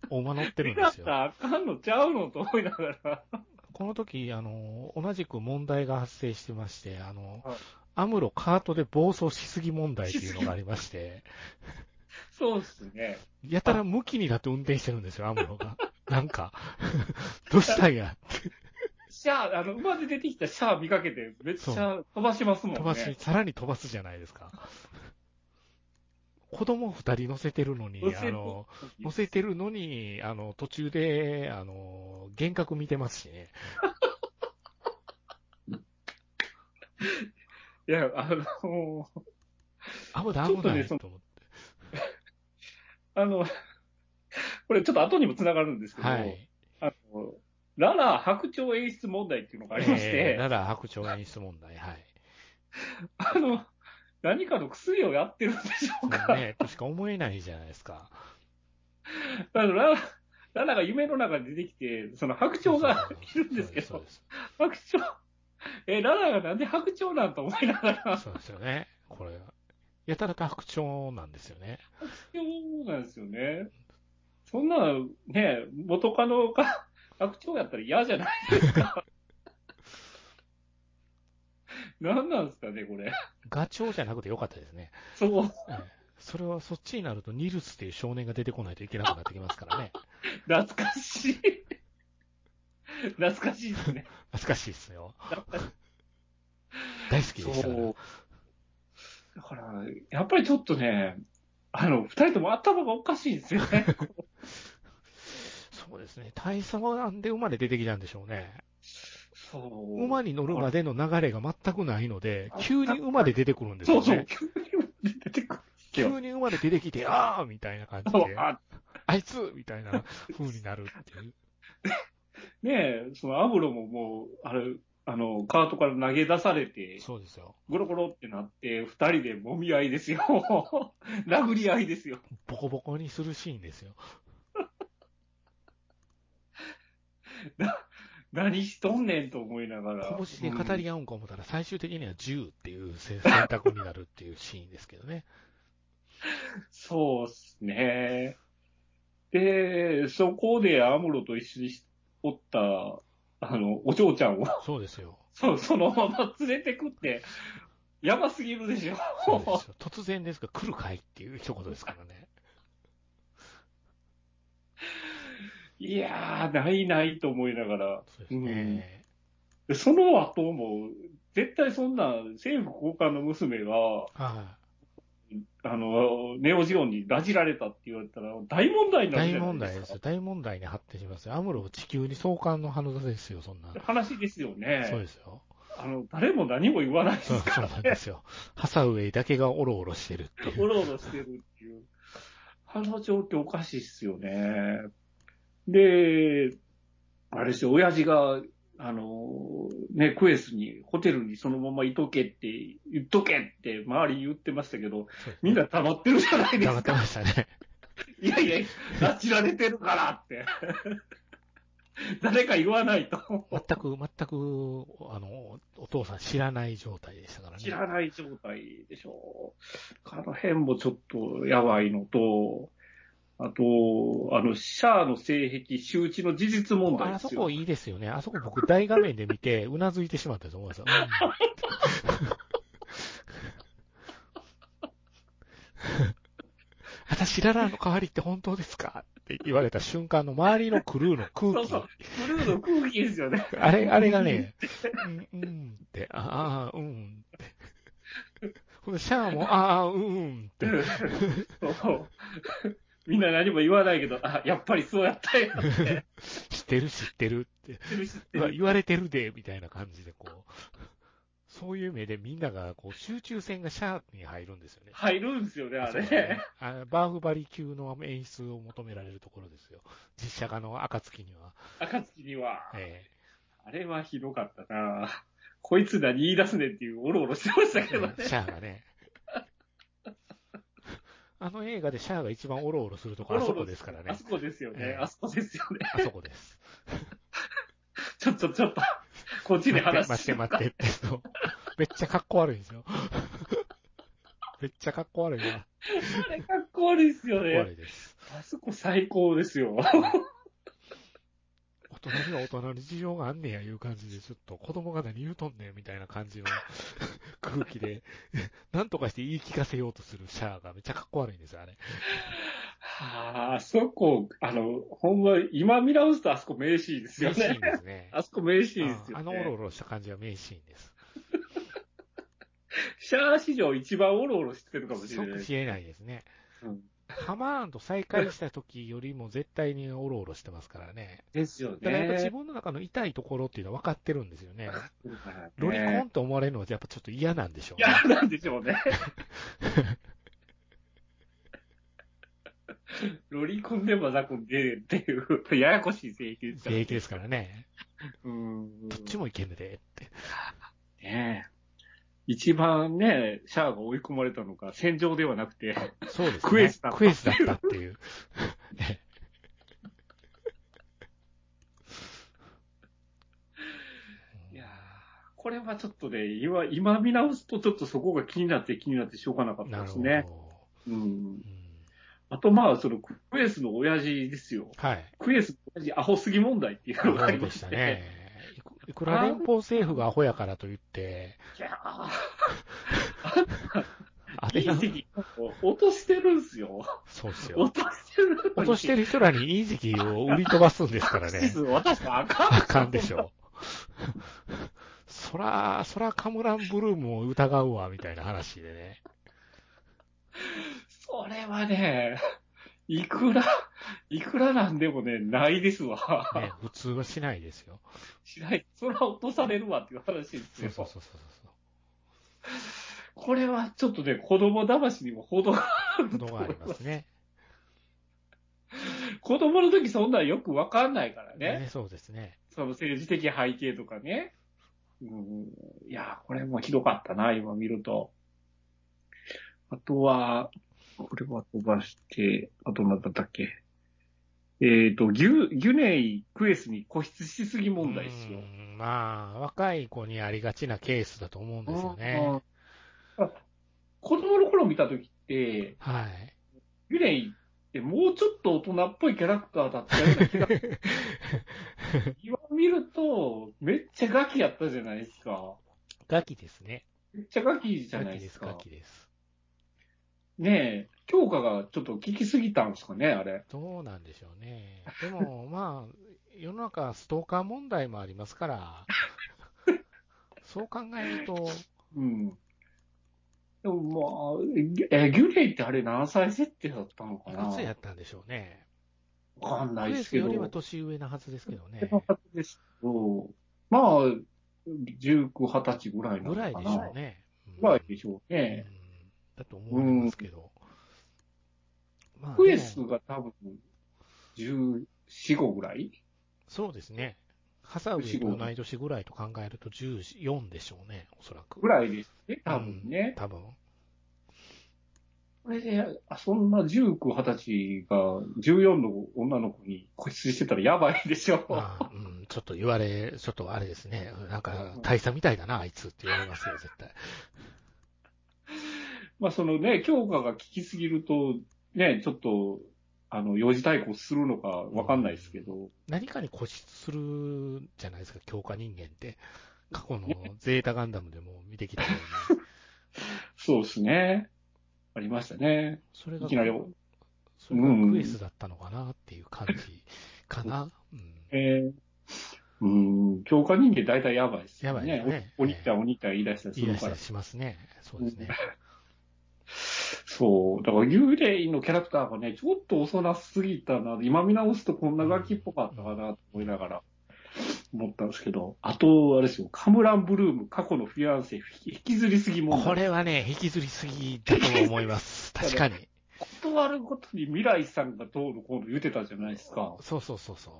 おま乗ってるんで
だっ
す
た
よ。
らあかんのちゃうのと思いながら。
この時、あの、同じく問題が発生してまして、あの、
はい
アムロカートで暴走しすぎ問題っていうのがありま して、
そうっすね。
やたら向きになって運転してるんですよ、アムロが。なんか、 どうしたんや、
シャア、あの、馬で出てきたシャア見かけて、めっちゃ飛ばしますもんね。
飛ばし、さらに飛ばすじゃないですか。子供二人乗せてるのに
乗、せ
あ
て
の、乗せてるのに、あの、途中で、あの、幻覚見てますしね。
いや、あの、
危ない危ない
ちょっ
と思って。
あの、 これちょっと後にも繋がるんですけど、
はい。
あのララ白鳥演出問題っていうのがありまして、
えー、なら白鳥演出問題、はい。
あの、何かの薬をやってるんでしょうか。
ね、としか思えないじゃないですか。
あのララララが夢の中で出てきて、その白鳥がいるんですけ
そう
ど、
す。
白鳥、え、ララがなんで白鳥なんと思いながら、
そうですよね。これ、やたらと白鳥なんですよね。
そうなんですよね。そんな、ね、元カノが白鳥やったら嫌じゃない ですか。何なんですかね、これ。
ガチョウじゃなくてよかったですね。
そう、
それはそっちになる とニルスっていう少年が出てこないといけなくなってきますからね。
懐かしい。懐かしいで すね。
懐かしいですよ。大好きでしたから。
う。だから、やっぱりちょっとね、あの、二人とも頭がおかしいですよ ね。
そうですね。大佐はなんで馬で出てきたんでしょうね。
そう。
馬に乗るまでの流れが全くないので、急に馬で出てくるんです
そ
よ
うそう、
ね。
急に出てくるんですよ。
急に馬で出てきて、あーみたいな感じ
そう
で、
あ
あいつみたいな風になるっていう。
ねえ、そのアムロももう、あれ、あの、カートから投げ出されて、
そうですよ。
ゴロゴロってなって、二人で揉み合いですよ。 殴り合いですよ。
ボコボコにするシーンですよ。
何しとんねんと思いながら。
拳で
う
語
ん
り合うんか思ったら、最終的には銃っていう選 選択になるっていうシーンですけどね。
そうっすね。で、そこでアムロと一緒におった、あの、お嬢ちゃんを、
そうですよ。
そうそのまま連れてくって、やばすぎるでしょ。
そうですよ。突然ですが、来るかいっていう一言ですからね。
いやー、ないないと思いながら。
そうですね。
でその後も、絶対そんな、政府高官の娘が、
は
あの、ネオジオンに拉致られたって言われたら、大問題
い。
になるじ
大
ゃ
問
ない
題
で
ですす
か
よ。。大問題に発展しますよ。アムロ地球に送還の花ですよ、そんな。
話ですよ
そう
ね。
ですよ。
あの、誰も何も言わないです
そうそうなんですよ。ハサウェイだけがオロオロしてる っていう。
おろおろしてるっていう。あの状況おかしいっすよね。で、あれですよ、親父が、あの、ね、クエスに、ホテルにそのままいとけって、言っとけって周りに言ってましたけど、みんな溜まってるじゃないで
疑っ
す
て
か。
ましたね。
いやいや、拉致られてるからって。 誰か言わないと。
全く、全く、あの、お父さん知らない状態でしたからね。
知らない状態でしょう。あの辺もちょっとやばいのと、あと、あの、シャアの性癖周知の事実問題
あ
です
そ
よ
こ。いいですよね。あそこ僕大画面で見て、 うなずいてしまったと思うんですよ。うん私、ララの代わりって本当ですかって言われた瞬間の周りのクルーの
そ
空
う
気。
そう。ブルーの空気ですよね。
あれ、あれがね、うん、うんって、ああ、うんって。このシャアも、ああ、うん、うんって。
そう みんな何も言わないけど、あ、やっぱりそうやったよって言っ
知ってる、知ってるって。
てる知って
うわ
る。
言われてるで、みたいな感じで、こう。 そういう目でみんなが、こう、集中線がシャアに入るんですよね。
入るんですよね、あ
そうです
れ
ね。あバーフバリ級の演出を求められるところですよ。実写化の暁には。
暁には。
ええ
あれはひどかったなこいつ何言い出すねんっていうおろおろしてましたけどね。
シャアがね。 あの映画でシャアが一番オロオロするとこ
お
あ
ろお
そ
ろ
こですから
あ
ね
そ。こですよね。
ええ
あそこですよね。
あそこです。
ちょっとちょっと、こっちで話
待って
ま
待って待ってって。めっちゃかっこ悪いん ですよ。めっちゃかっこ悪いな。かっ
あれかっこ悪いっすよ
こ
ね。
悪いです。
あそこ最高ですよ。
大人には大人の事情があんねやいう感じで、ちょっと子供が何言うとんねんみたいな感じの 空気で、 なんとかして言い聞かせようとするシャアがめっちゃかっこ悪いんですよ、あれ。
はあ、あそこ、あの、ほんま、今見直すとあそこ名シーンですよ
名シー
ね
ン。です ね。
あそこ名シーンですよ、ね。
あのオロオロした感じは名シーンです。
シャア史上一番オロオロしてるかもしれない
即。知れないですね。
うん
ハマーンと再会した時よりも絶対にオロオロしてますからね。
ですよね。
だからやっぱ自分の中の痛いところっていうのは分かってるんですよね。ロリコ
ね
ンと思われるのはやっぱちょっと嫌なんでしょうね。
嫌なんでしょうね。ロリコンでもなく出るっていう、ややこしい性癖ですから
現役ですからね。
うん。
どっちもいけるでって。
ねえ。一番ね、シャアが追い込まれたのが戦場ではなくて、
そうですね。
クエスだった
クエスだったって いう。ね
いやーこれはちょっとね、今、今見直すとちょっとそこが気になって気になってしょうがなかった
な
で
る
す
ほど。
ね。うん。
うん
あとまあ、そのクエスの親父ですよ。
はい。
クエスの親父アホすぎ問題っていうのがありま
でし
したて。
ね。いくいくら連邦政府がアホやからと言って、
いや
あ
ー、
れな
隕石落としてるんすよ。
そうですよ
落。とし
落として
る
る人らにいい時期を売り飛ばすんですから
のに。シ
ね
ス。渡したらあかん
あかんでしょ。そら、そらカムランブルームを疑うわ、みたいな話でね。
それはね、いくら、いくらなんでもね、ないですわ。
ね普通はしないですよ。
しない。それは落とされるわっていう話です
そう
よ。
そうそうそうそう。
これはちょっとね、子供騙しにも程がある
こととがありますね。
子供の時そんなんよくわかんないから ね。
ねそうですね。
その政治的背景とかね。うん、いや、これもひどかったな、今見ると。あとは、これは飛ばして、あと何だったっけ。えっ、と、ギュ、ギュネイクエスに固執しすぎ問題ですよ
う。んまあ、若い子にありがちなケースだと思うんですよね。
うん。あ子供の頃見た時って、
はい。
ギュネイってもうちょっと大人っぽいキャラクターだったような気が、 今見ると、めっちゃガキやったじゃないですか。
ガキですね。
めっちゃガキじゃ
ガ
ない
キ
で
ですす、
か
ガ。キです。
ねえ、強化がちょっと効きすぎたんですかね、あれ。
どうなんでしょうね。でも、まあ、世の中ストーカー問題もあります から、そう考えると、
うん。でもまあ、ぎゅえ、ギュレイってあれ何歳設定だったのか
い
な
くつやったんでしょうね。
わかんない
ク
で
エ
すけ
ス
ど。
よりは年上なはずですけどね。
ですけど、まあ、19、20歳ぐらいな
ぐ
のから
い
な。
でしょうね。
ぐらいで
し
しょう
ょ
ね。
だと思いますけど。まあ
クエス
でも
が多分、14、5ぐらい
そうですね。ハサウェイと同い年ぐらいと考えると14でしょうね、おそらく。
ぐらいですね、多分
うん
ね。
多分。
これで、あそんな19、20歳が14の女の子に固執してたらやばいで しょ。
まあ、うん、ちょっと言われ、ちょっとあれですね。なんか、大佐みたいだな、あいつって言われますよ、絶対。
まあそのね、強化が効きすぎると、ね、ちょっと、あの、幼児対抗するのかわかんないですけど、
何かに固執するじゃないですか、強化人間って。過去のゼータガンダムでも見てきたよう に。
そうですね。ありましたね。
それ
い
が、
きなり、
それがクエスだったのかなっていう感じかな。うん。
えー、うん、強化人間大体やばいですよね。
やばいですね
お鬼って鬼って言い出したりす
言い
る
出し
か
た
ら
り。しますね。そうですね。
そう。だから幽霊のキャラクターがね、ちょっと幼すぎたな。今見直すとこんなガキっぽかったかなと思いながら思ったんですけど、あと、あれですよ、カムランブルーム、過去のフィアンセ引き引きずりすぎ問題
これはね、引きずりすぎだと思います。確かに。
断るごとに未来さんがどうのこうの言ってたじゃないですか。
そうそうそうそう。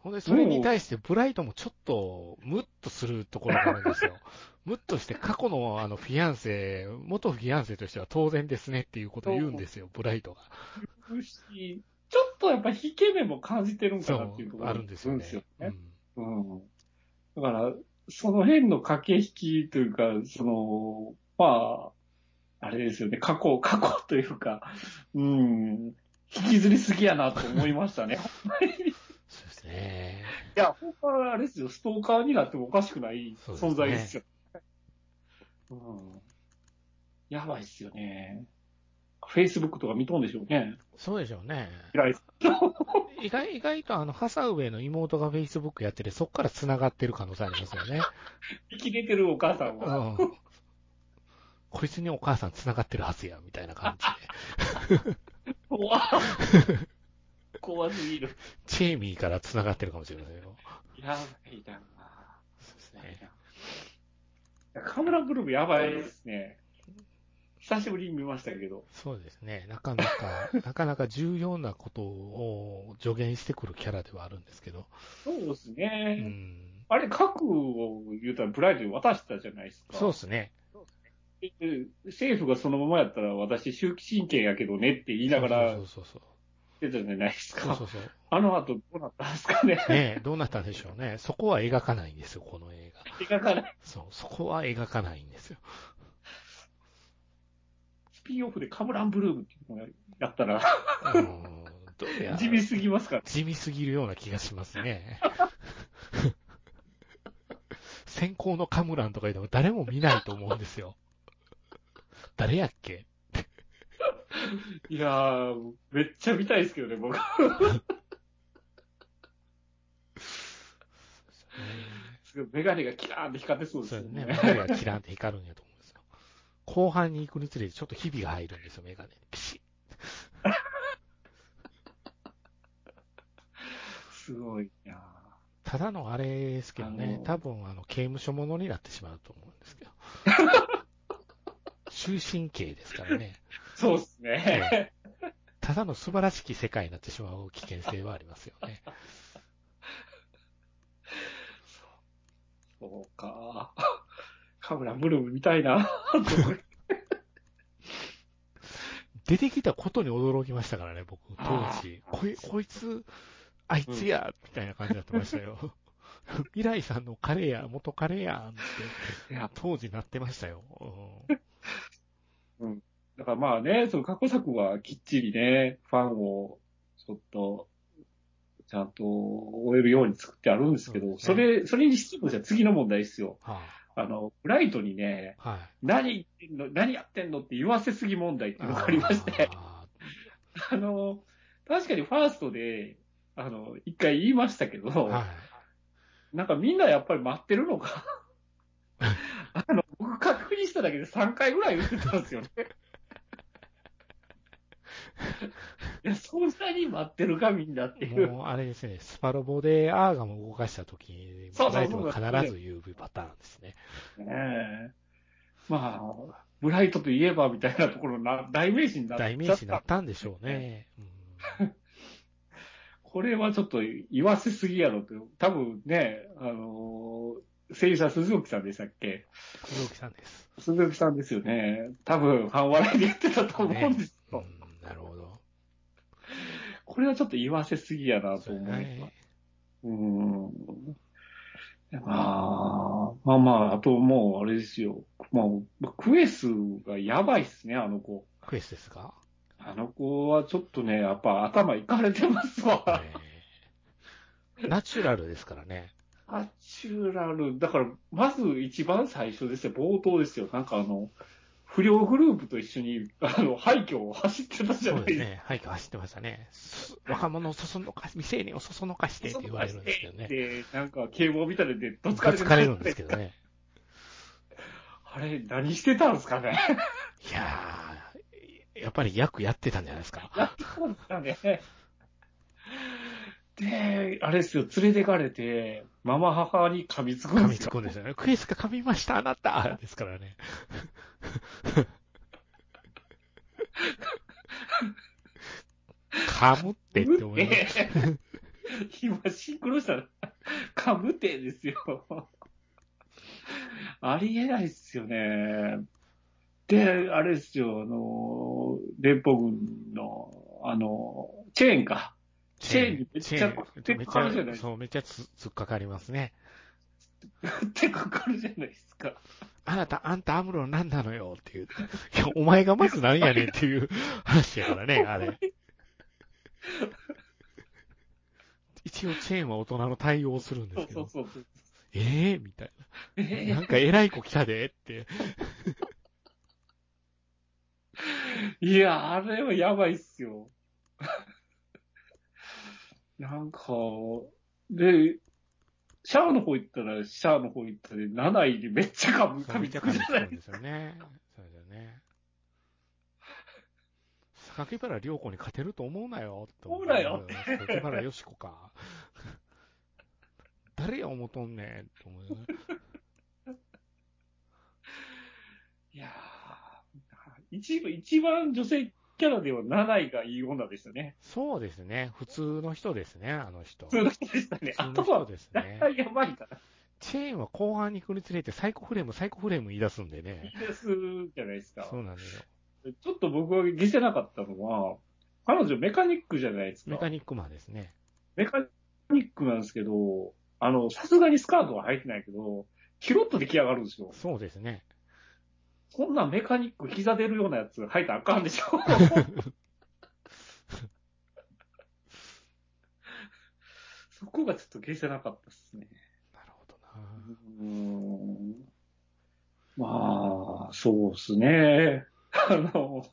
ほんで、それに対して、ブライトもちょっと、ムッとするところがあるん ですよ。ムッとして、過去のあの、フィアンセ、元フィアンセとしては当然ですねっていうことを言うんですよ、ブライトが。
しちょっとやっぱ引け目も感じてるんか
そ
なっていうと
う、
ころ
あるんですよね。うん
うん。だから、その辺の駆け引きというか、その、まあ、あれですよね、過去、過去というか、うん、引きずりすぎやなと思いましたね。
そうですね。
いや、本当はあれですよ、ストーカーになってもおかしくない
そうですね
存在ですよ。うん。やばいっすよね。Facebook とか見とんでしょうね。
そうでしょうね。
嫌いです
意外、意外とあの、ハサウェイの妹が Facebook やってて、そこから繋がってる可能性ありますよね。
生きれてるお母さん
う
は。
ん。こいつにお母さん繋がってるはずや、みたいな感じで。
怖怖すぎる。
チェイミーから繋がってるかもしれませんよ。
やばいな。
そうです
いやカムラブルームやばいですね。久しぶりに見ましたけど。
そうですね。なかなか、なかなか重要なことを助言してくるキャラではあるんですけど。
そうです
う
ね。
ん。
あれ、核を言うたらブライトに渡したじゃないですか。
そうですね。
で政府がそのままやったら私、周期神経やけどねって言いながら
そうそうそう
出たじゃないです
そう。そう
か
そ。うそう。
あの後どうなったんです かね。
ねえどうなったんでしょうね。そこは描かないんですよ、この映画。
描かない。
そう、そこは描かないんですよ。
スピンオフでカムランブルームっていうのをやったら、
うん。どうや
地味すぎますから。
地味すぎるような気がしますね。 先行のカムランとか言っても誰も見ないと思うんですよ。誰やっけ
いやー、めっちゃ見たいですけどね、僕。すごいメガネがキラーンって光ってそうです
そう
よ
です
ね。
ね。メガネがキランって光るんやと思うんですよ。後半に行くにつれてちょっとひびが入るんですよ、メガネ。ピシッ。
すごいな
ただのあれですけど
あ
ね
の、
多分あの刑務所ものになってしまうと思うんですけど。終身刑ですからね。
そうですね。
ただの素晴らしき世界になってしまう危険性はありますよね。
そうか。カムラブルム見たいな。
出てきたことに驚きましたからね、僕、当時。
あー
こい、こいつ、あいつや、みたいな感じになってましたよ。 未来さんの彼や、元彼や、って、
いや
当時なってましたよ。 うん
だからまあね、その過去作はきっちりね、ファンをちょっと、ちゃんと終えるように作ってあるんですけど、
そ
そう
で
れ、それにしてもじゃあ次の問題ですよ。
は
あの、ブライトにね、
あ、はい。
何言ってんの、何やってんのって言わせすぎ問題っていうのがありまして、
あ
あの、確かにファーストで、あの、一回言いましたけど、
ー。はい。
なんかみんなやっぱり待ってるの か。あの、僕確認しただけで3回ぐらい打ってたんです よね。いや、そんなに待ってるかみんなっていう。
もう、あれですね、スパロボでアーガムを動かしたときに、
そうそう
ブライトは必ず UV パターンですね。
ねえまあ、ブライトといえばみたいなところな、代名詞 になっちゃ
代名
っ。
詞になったたんでしょうね。うん
これはちょっと言わせすぎやろと。多分ね、あのー、声優さん鈴木さんでしたっけ
黒木さんです。
鈴木さんですよね。多分半笑いでやってたと思うんです
う
よ。
ん、なるほど。
これはちょっと言わせすぎやなと
そう
思う。
ね。
うーん。あーまあまあ、あともうあれですよ。まあ、クエスがやばいっすね、あの子。
クエスですか、
あの子はちょっとね、やっぱ頭いかれてますわ。
ええナチュラルですからね。
ナチュラル。だから、まず一番最初ですよ、冒頭ですよ。なんかあの、不良グループと一緒に、あの、廃墟を走ってたじゃ
そ
な
う
い
です
ですか。
ね。廃墟走ってましたね。す若者をそそのか、未成年をそそのかしてって言われるんですけどね。
で、なんか警棒みたいなので、どつか
が
れて
つかれるんですけどね。
あれ、何してたんですかね。
いやー、やっぱり役やってたんじゃないですか。
やってたんだね。で、あれですよ、連れてかれて、ママ母に噛みつくん
噛
で
み
す
つ
よ。
くんですよね。クエスが噛みました、あなたですから ね。噛むってって思います。
むて 今、シンクロしたら、噛むてですよ。ありえないっすよね。で、あれですよ、あの、連邦軍の、あの、チェーンか。チェーンにめっちゃ
チェーンめっち
めっちゃかかるじゃない
ゃ、そう、めっちゃつ突っかかりますね。
ってかかるじゃないですか。
あなた、あんたアムロ何なのよっていう。いや、お前がまず何やねんっていう話やからね、あれ。一応、チェーンは大人の対応をするんで
そ
す
う
け
そ
ど
う、そうそう。
ええー、みたい
え
な。
ー
なんか偉い子来たでって。
いや、あれはやばいっすよ。 なんか、で、シャアの方行ったら、シャアの方行ったで、7位にめっちゃ噛む、噛
め
み
ち
つ
ゃ
く
感
じ
じ
ゃ
て
ない
るんですよね。そうですよね。榊原涼子に勝てると思うなよって思う。
思うなよ
榊原よしこか。誰や思うとんねんって思うよね。
いやー一番、一番女性キャラでは7位がいい女でしたね。
そうですね。普通の人ですね、あの人。
普通の人でしたね。あ
普通
と
の人
は、
です
だい
ね
た。いやばいから。
チェーンは後半に来るにつれて、サイコフレーム、サイコフレーム言い出すんでね。
いいですじゃないですか。
そうなんですよ。
ちょっと僕が消せなかったのは、彼女メカニックじゃないですか。
メカニックマンですね。
メカニックなんですけど、あの、さすがにスカートは入ってないけど、キロッと出来上がるんですよ。
そうですね。
こんなメカニック膝出るようなやつ入ったらあかんでし ょ。そこがちょっと消せなかったですね。
なるほどな。
まあ、そうですね。あの、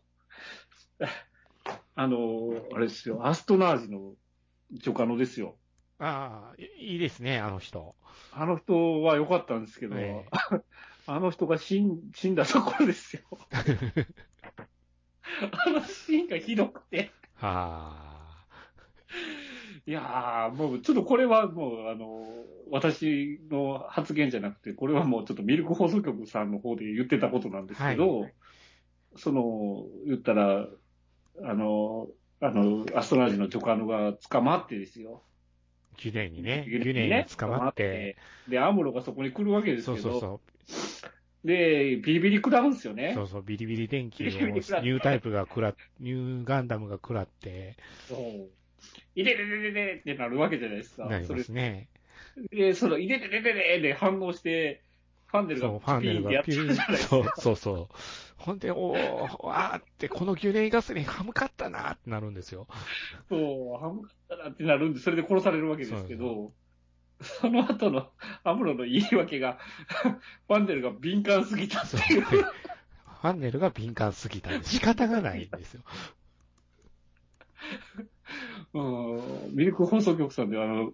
あの、あれですよ、アストナージの助家のですよ。
ああ、いいいですね、あの人。
あの人は良かったんですけど、
え
あの人が死ん死んだところですよ。あのシーンがひどくて。
はあ。
いやー、もうちょっとこれはもう、あの、私の発言じゃなくて、これはもうちょっとミルク放送局さんの方で言ってたことなんですけど、
はい
その、言ったら、あの、あの、アストラージの助官が捕まってですよ。
ギュネイにね、ギ
ユ
ュネイに捕まって、。
で、アムロがそこに来るわけですけ
そ
ど、
うそうそ
で、ビリビリ食らうんですよ
う、
ね。
そうそう、ビリビリ電気を
ビ
ニ
リビリ食らって
ュータイプが食らっ、ニューガンダムが食らって、
うんいでででででってなるわけじゃないですか。
なり
そ
ま
れ
すね。
で、その、いでででででで反応して、ファンデルが
そう、ファンネルが
ピ
ピ
ーン
ュ
ってやってるじゃない
ー、
ですか。
そうそうそう。ほんで、おー、わーって、このギュネイガスに歯向かったなーってなるんですよ。
そう、ハムかったなってなるんで、それで殺されるわけですけど、その後のアムロの言い訳が、 ファンデルが敏感すぎたって
そう
いう。
でファンネルが敏感すぎたんで仕方がないん ですよ。
うん、ミルク放送局さんでは、あの、フ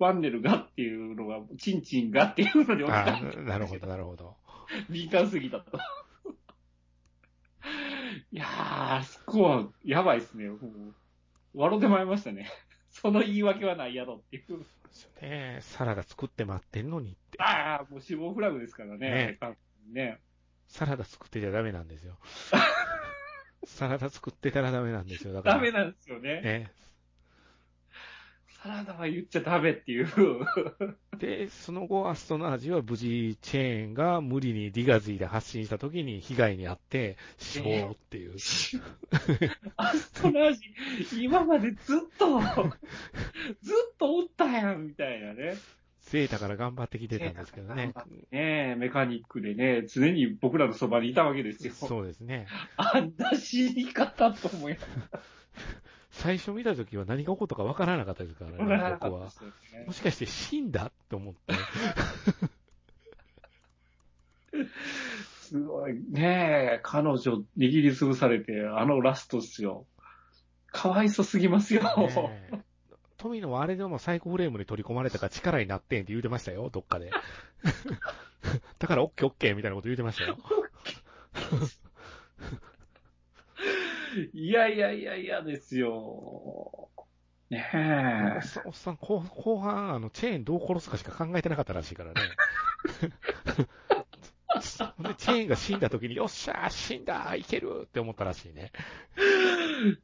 ァンデルがっていうのが、チンチンがっていうのに
あーなるほど、なるほど。
敏感すぎたと。 いやー、あそこはやばいっすね。もう笑ってまいりましたね。 その言い訳はないやろっていう。
そうねサラダ作って待ってんのにって。
ああ、もう死亡フラグですからね
ね。
完全にね
サラダ作ってちゃダメなんです よ。サラダ作ってたらダメなんですよ。だから。
ダメなんですよね。
ね。
サラダは言っちゃダメっていう。
で、その後、アストナージは無事、チェーンが無理にディガジーで発信した時に被害に遭って死亡っていう。
アストラージ、今までずっと、 ずっとおったやん、みたいなね。
ゼータから頑張ってきてたんですけどね。
ねえ、メカニックでね、常に僕らのそばにいたわけですよ。
そうですね。
あんな死に方と思い
最初見た時は何が起こったかわからなかったですから
ながら
ね、僕は。もしかして死んだと思って。
すごい。ねえ、彼女握り潰されて、あのラストっすよ。かわいそすぎますよ。
ねえ富野はあれでもサイコフレームに取り込まれたから力になってんって言うてましたよ、どっかで。 だからオッケーオッケーみたいなこと言うてましたよ。
いやいやいやいやですよ。ね
おっ
え。
さん、おっさん後後半、あの、チェーンどう殺すかしか考えてなかったらしいからね。 ほんでチェーンが死んだ時に、よっしゃー死んだーいけるって思ったらしいね。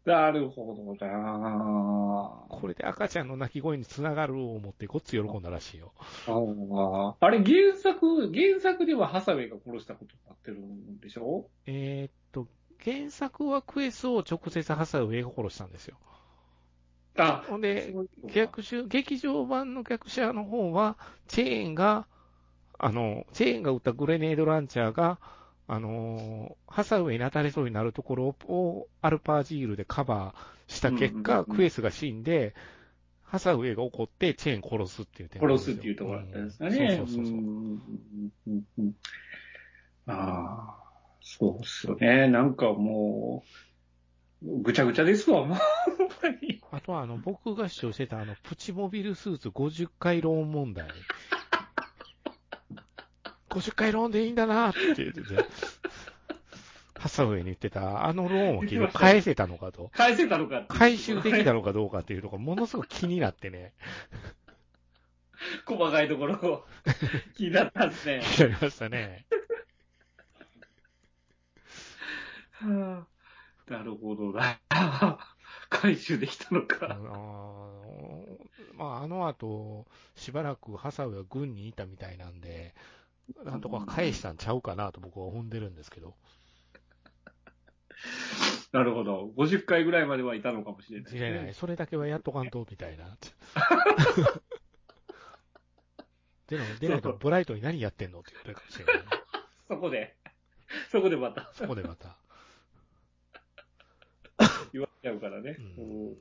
なるほどな
これで赤ちゃんの泣き声につながるを思って、こっち喜んだらしいよ。
ああれ、原作、原作ではハサウェイが殺したことになってるんでしょ
えーっと、原作はクエスを直接ハサウェイが殺したんですよ。
あ、
ほんで、
そういうことか
逆襲、劇場版の逆者の方は、チェーンが、あの、チェーンが撃ったグレネードランチャーが、あのーハサウェイに当たりそうになるところをアルパージールでカバーした結
うん
果、
うんうん
クエスが死んで、ハサウェイが怒ってチェーン殺すっていう点
殺すっていうところだったんですかね。
そうそうそうそうう。
んうんうんうんああ、そうっすよね。なんかもう、ぐちゃぐちゃですわ、も う。本当に
あとは、あの、僕が主張してた、あの、プチモビルスーツ50回ローン問題。50回ローンでいいんだなって言ってて、ハサウェイに言ってた、あのローンを結局返せたのかと、
返せたのかっていう
回収できたのかどうかっていうところ、ものすごく気になってね、
細かいと ころ、気になったんですね。
気になりましたね。
はあなるほどな。 回収できたの
あ
か。
のーまあ、あの後、しばらくハサウェイは軍にいたみたいなんで、なんとか返したんちゃうかなと僕は踏んでるんですけど、
なるほど。50回ぐらいまではいたのかもしれない
知れない。それだけはやっとかんと、みたい な。でも、でないと、ブライトに何やってんのって言われるかもしれ ないね。
そこで、そこでまた
そこでまた。
言われちゃうからね。
う
うん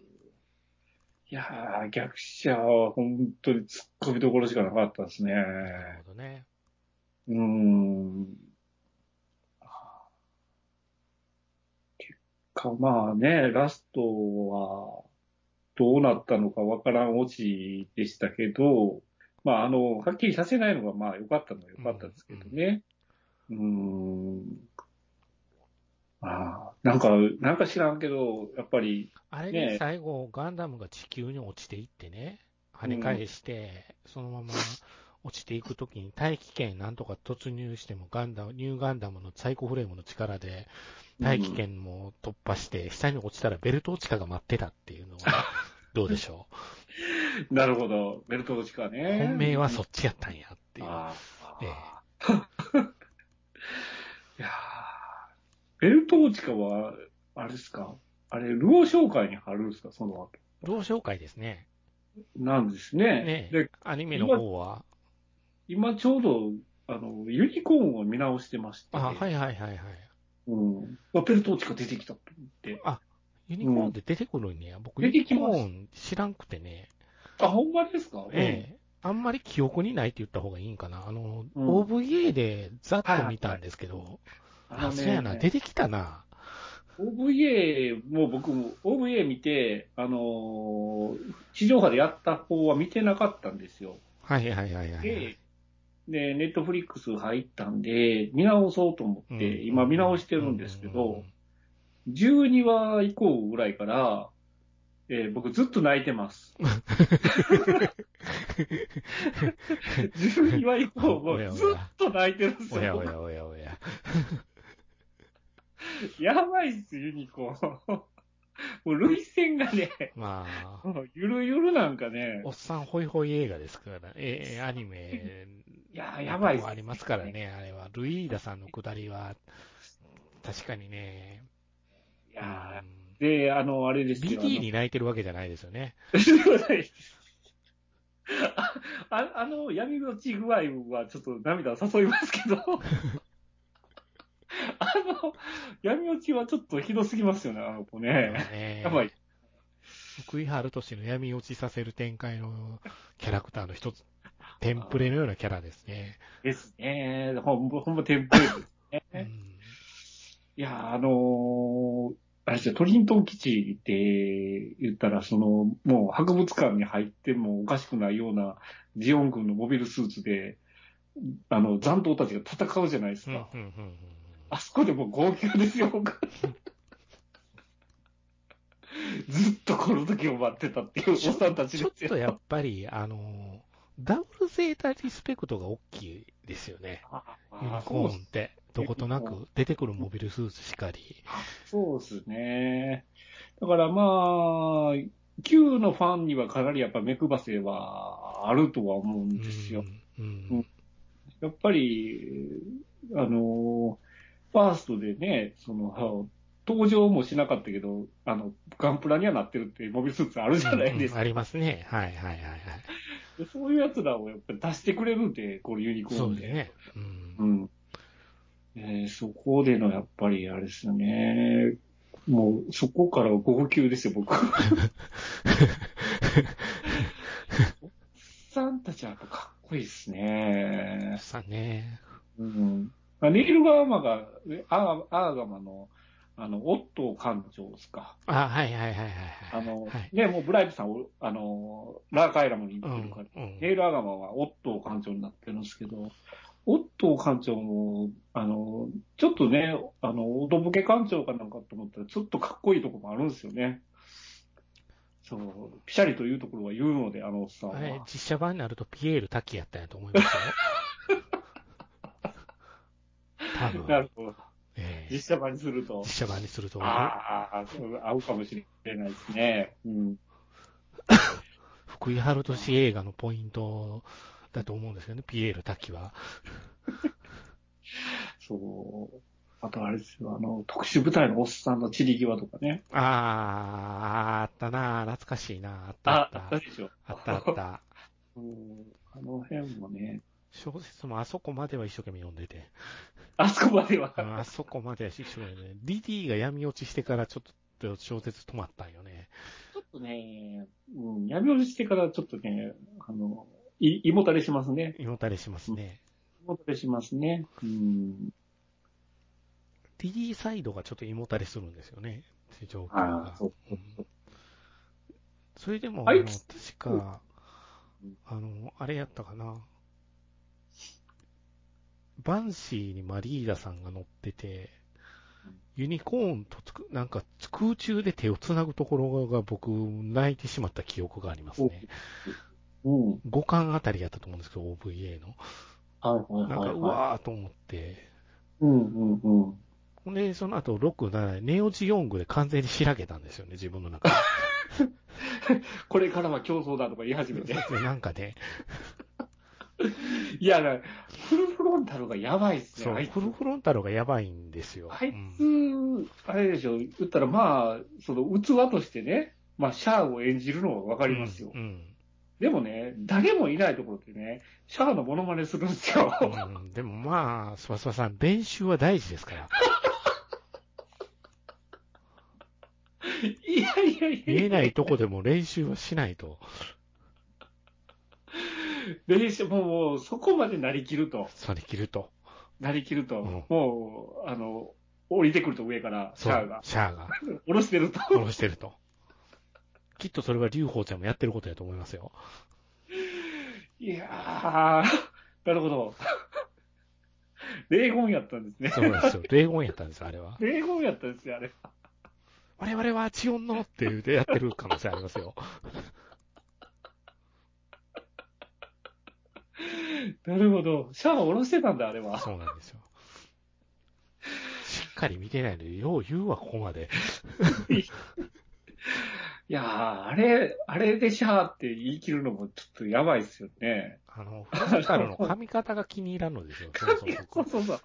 いやー、逆者は本当に突っ込みどころしかなかったですね。
なるほどね。
うーん。結か、まあね、ラストはどうなったのかわからんオチでしたけど、まああの、はっきりさせないのがまあ良かったのは良かったですけどね。うーん。ああ、なんか、なんか知らんけど、やっぱり、
あれ
ね
で
え
最後、ガンダムが地球に落ちていってね、跳ね返して、そのまま落ちていくときに大気圏なんとか突入しても、ガンダム、ニューガンダムのサイコフレームの力で、大気圏も突破して、下に落ちたらベルト落ちかが待ってたっていうのは、どうでしょ
なるほど、ベルト落ちか
う。
ね。
本命はそっちやったんやっていう。
ああ
ええ
いやーベルト落ちかは、あれですかあれ、ルオ紹介に貼るんですかその後。
同紹介ですね。
なんですね
ね。
で、
アニメの方は、
今ちょうど、あの、ユニコーンを見直してまして。
あ、はいはいはいはい。
うん。あベルト落ちか出てきたと思って。
ユニコーンって出てくるんや。僕、ユ
出
ニ
て
コ
きます
ーン知らんくてね。
あ、ほんまですか
ええ、あんまり記憶にないって言った方がいいんかな。あの、
うん
OVA でざっと見たんですけど、
あの
あ、そうやな、
ね、
出てきたな。
OVA も僕も OVA 見て、あのー地上波でやった方は見てなかったんですよ。
はいはいはいはい。
で、でネットフリックス入ったんで、見直そうと思
う
っ
ん
て、今見直してるんですけど、、
うん
12話以降ぐらいから、えー僕ずっと泣いてます。12話以降、
おや
も
お
う
や
ずっと泣いてるんです
おや
よ。
おやおやおや。
やばいっす、ユニコーン。もう、類線がね、
まあ、
もうゆるゆるなんかね
お、っさんホイホイ映画ですから、ええアニメ、
いや、やばいっす。
ありますからね、あれは。ルイーダさんのくだりは、確かにね、
いうや
ん
ーで、あの、あれですよ。
BD に泣いてるわけじゃないですよね。
あのああの、闇のち具合はちょっと涙を誘いますけど、あ の、闇落ちはちょっとひどすぎますよね、あの子ね。
ね
やばい。
福井春俊の闇落ちさせる展開のキャラクターの一つ、テンプレのようなキャラですね。
ですね。ほんま、ほんまテンプレです
う
ね。
ん、
いや、あのーあれですよ、トリントン基地って言ったら、その、もう博物館に入ってもおかしくないようなジオン軍のモビルスーツで、あの、残党たちが戦うじゃないです
う
か。
ん、うん、うんうん。
あそこでもう号泣ですよ、僕ずっとこの時を待ってたっていうおっ
ちょ
さんたち
ちょっとやっぱり、あの、ダブルゼータリスペクトが大きいですよね。ユニコーンって、どことなく出てくるモビルスーツしかり。
そうですね。だからまあ、Q のファンにはかなりやっぱ目配せはあるとは思うんですよ。
うん。う
うんんやっぱり、あの、ファーストでね、その、あの登場もしなかったけど、あの、ガンプラにはなってるっていうモビルスーツあるじゃないで
う
す
ん
か。
ありますね。はいはいはいはい。
でそういうやつらをやっぱり出してくれるんで、このユニコー
そう
ン
です
で。
ね。うん
うんえーそこでのやっぱりあれですよね。もうそこから号泣ですよ、僕。おっさんたちはやっぱかっこいいですね。
さあね。
うん。あネイル・ガーマが、えアーアーガマの、あの、オットー艦長ですか。
あ、はいはいはいはい
あ
はい。
の、
はい。
ね、もうブライブさんお、あの、ラーカイラムに
う
行ってる
ん
から。
うん
ネイル・アガマはオットー艦長になってるんですけど、オットー艦長も、あの、ちょっとね、あの、おどぶけ艦長かなんかと思ったら、ちょっとかっこいいとこもあるんですよね。そう、ピシャリというところは言うので、あのおっさんは。
あれ、実写版になるとピエール滝やったんやと思いますよ。多
な
分
る、ほど。
ええ
実写版にすると
実。写版にすると思う。
ああ、そう合うかもしれないですね。うん。
福井春俊映画のポイントだと思うんですよね、ピエール滝は。
そう。あとあれですよ、あの、特殊部隊のおっさんの散り際とかね。
ああ、あったな、懐かしいな、あったあ
あ
っ、
あ
た
った。でしょ。
あったあった。
うん。あの辺もね、
小説もあそこまでは一生懸命読んでて。
あそこまでは。
うんあそこまでは一生懸命ね。DD が闇落ちしてからちょっと小説止まったんよね。
ちょっとね、うん、闇落ちしてからちょっとね、あの、い、胃もたれしますね。
胃もたれしますね。
胃もたれしますね。うん。
TD サイドがちょっと胃もたれするんですよね、状況
ああ、
が。
そう。
うんそれでも、
あ
あ
い
の確か
うん、
あの、あれやったかな。バンシーにマリーダさんが乗ってて
うん、
ユニコーンとつく、なんか空中で手をつなぐところが僕、泣いてしまった記憶がありますね。
うん。はい
5巻あたりやったと思うんですけど、OVA の。
はい
なん
は
か、
い、
う
はい。
わーと思って。
うんうんうん。
ほんで、その後、6、7、ネオジオングで完全にしらけたんですよね、自分の中
これからは競争だとか言い始めて。
で。なんかね、
いや、だからフルフロンタルがやばいっすね。
そう
あ、いつ
フルフロンタルがやばいんですよ。
あいつ
うん、
あれでしょ、言ったらまあ、その器としてね、まあ、シャアを演じるのはわかりますよ。
うん。
でもね、誰もいないところでね、シャアのモノマネするんですよ。
うんでもまあ、スワスワさん、練習は大事ですから。
いやいやいや
見えないとこでも練習はしないと。
練習もう、もう、そこまでなりきると。
さりきると。
なりきると、
うん
もう、あの、降りてくると上から、シ
そう
ャアが。
シャアが。
降ろしてると。
殺して ると。きっとそれは劉邦ちゃんもやってることやと思いますよ。
いや ー、なるほど。霊言やったんですね。
そうなんですよ。霊言やったんですよ、あれは。
霊言やったんですよ、あれ。
我々はチオンのっていうでやってる可能性ありますよ。
なるほど。シャアを降ろしてたんだ、あれは。
そうなんですよ。しっかり見てないので、よう言うわ、ここまで。
いやー、あれ、あれでシャーって言い切るのもちょっとやばいっすよね。
あの、フロンタルの髪型が気に入らんのですよ、そもそも
そう
僕。
そうそう。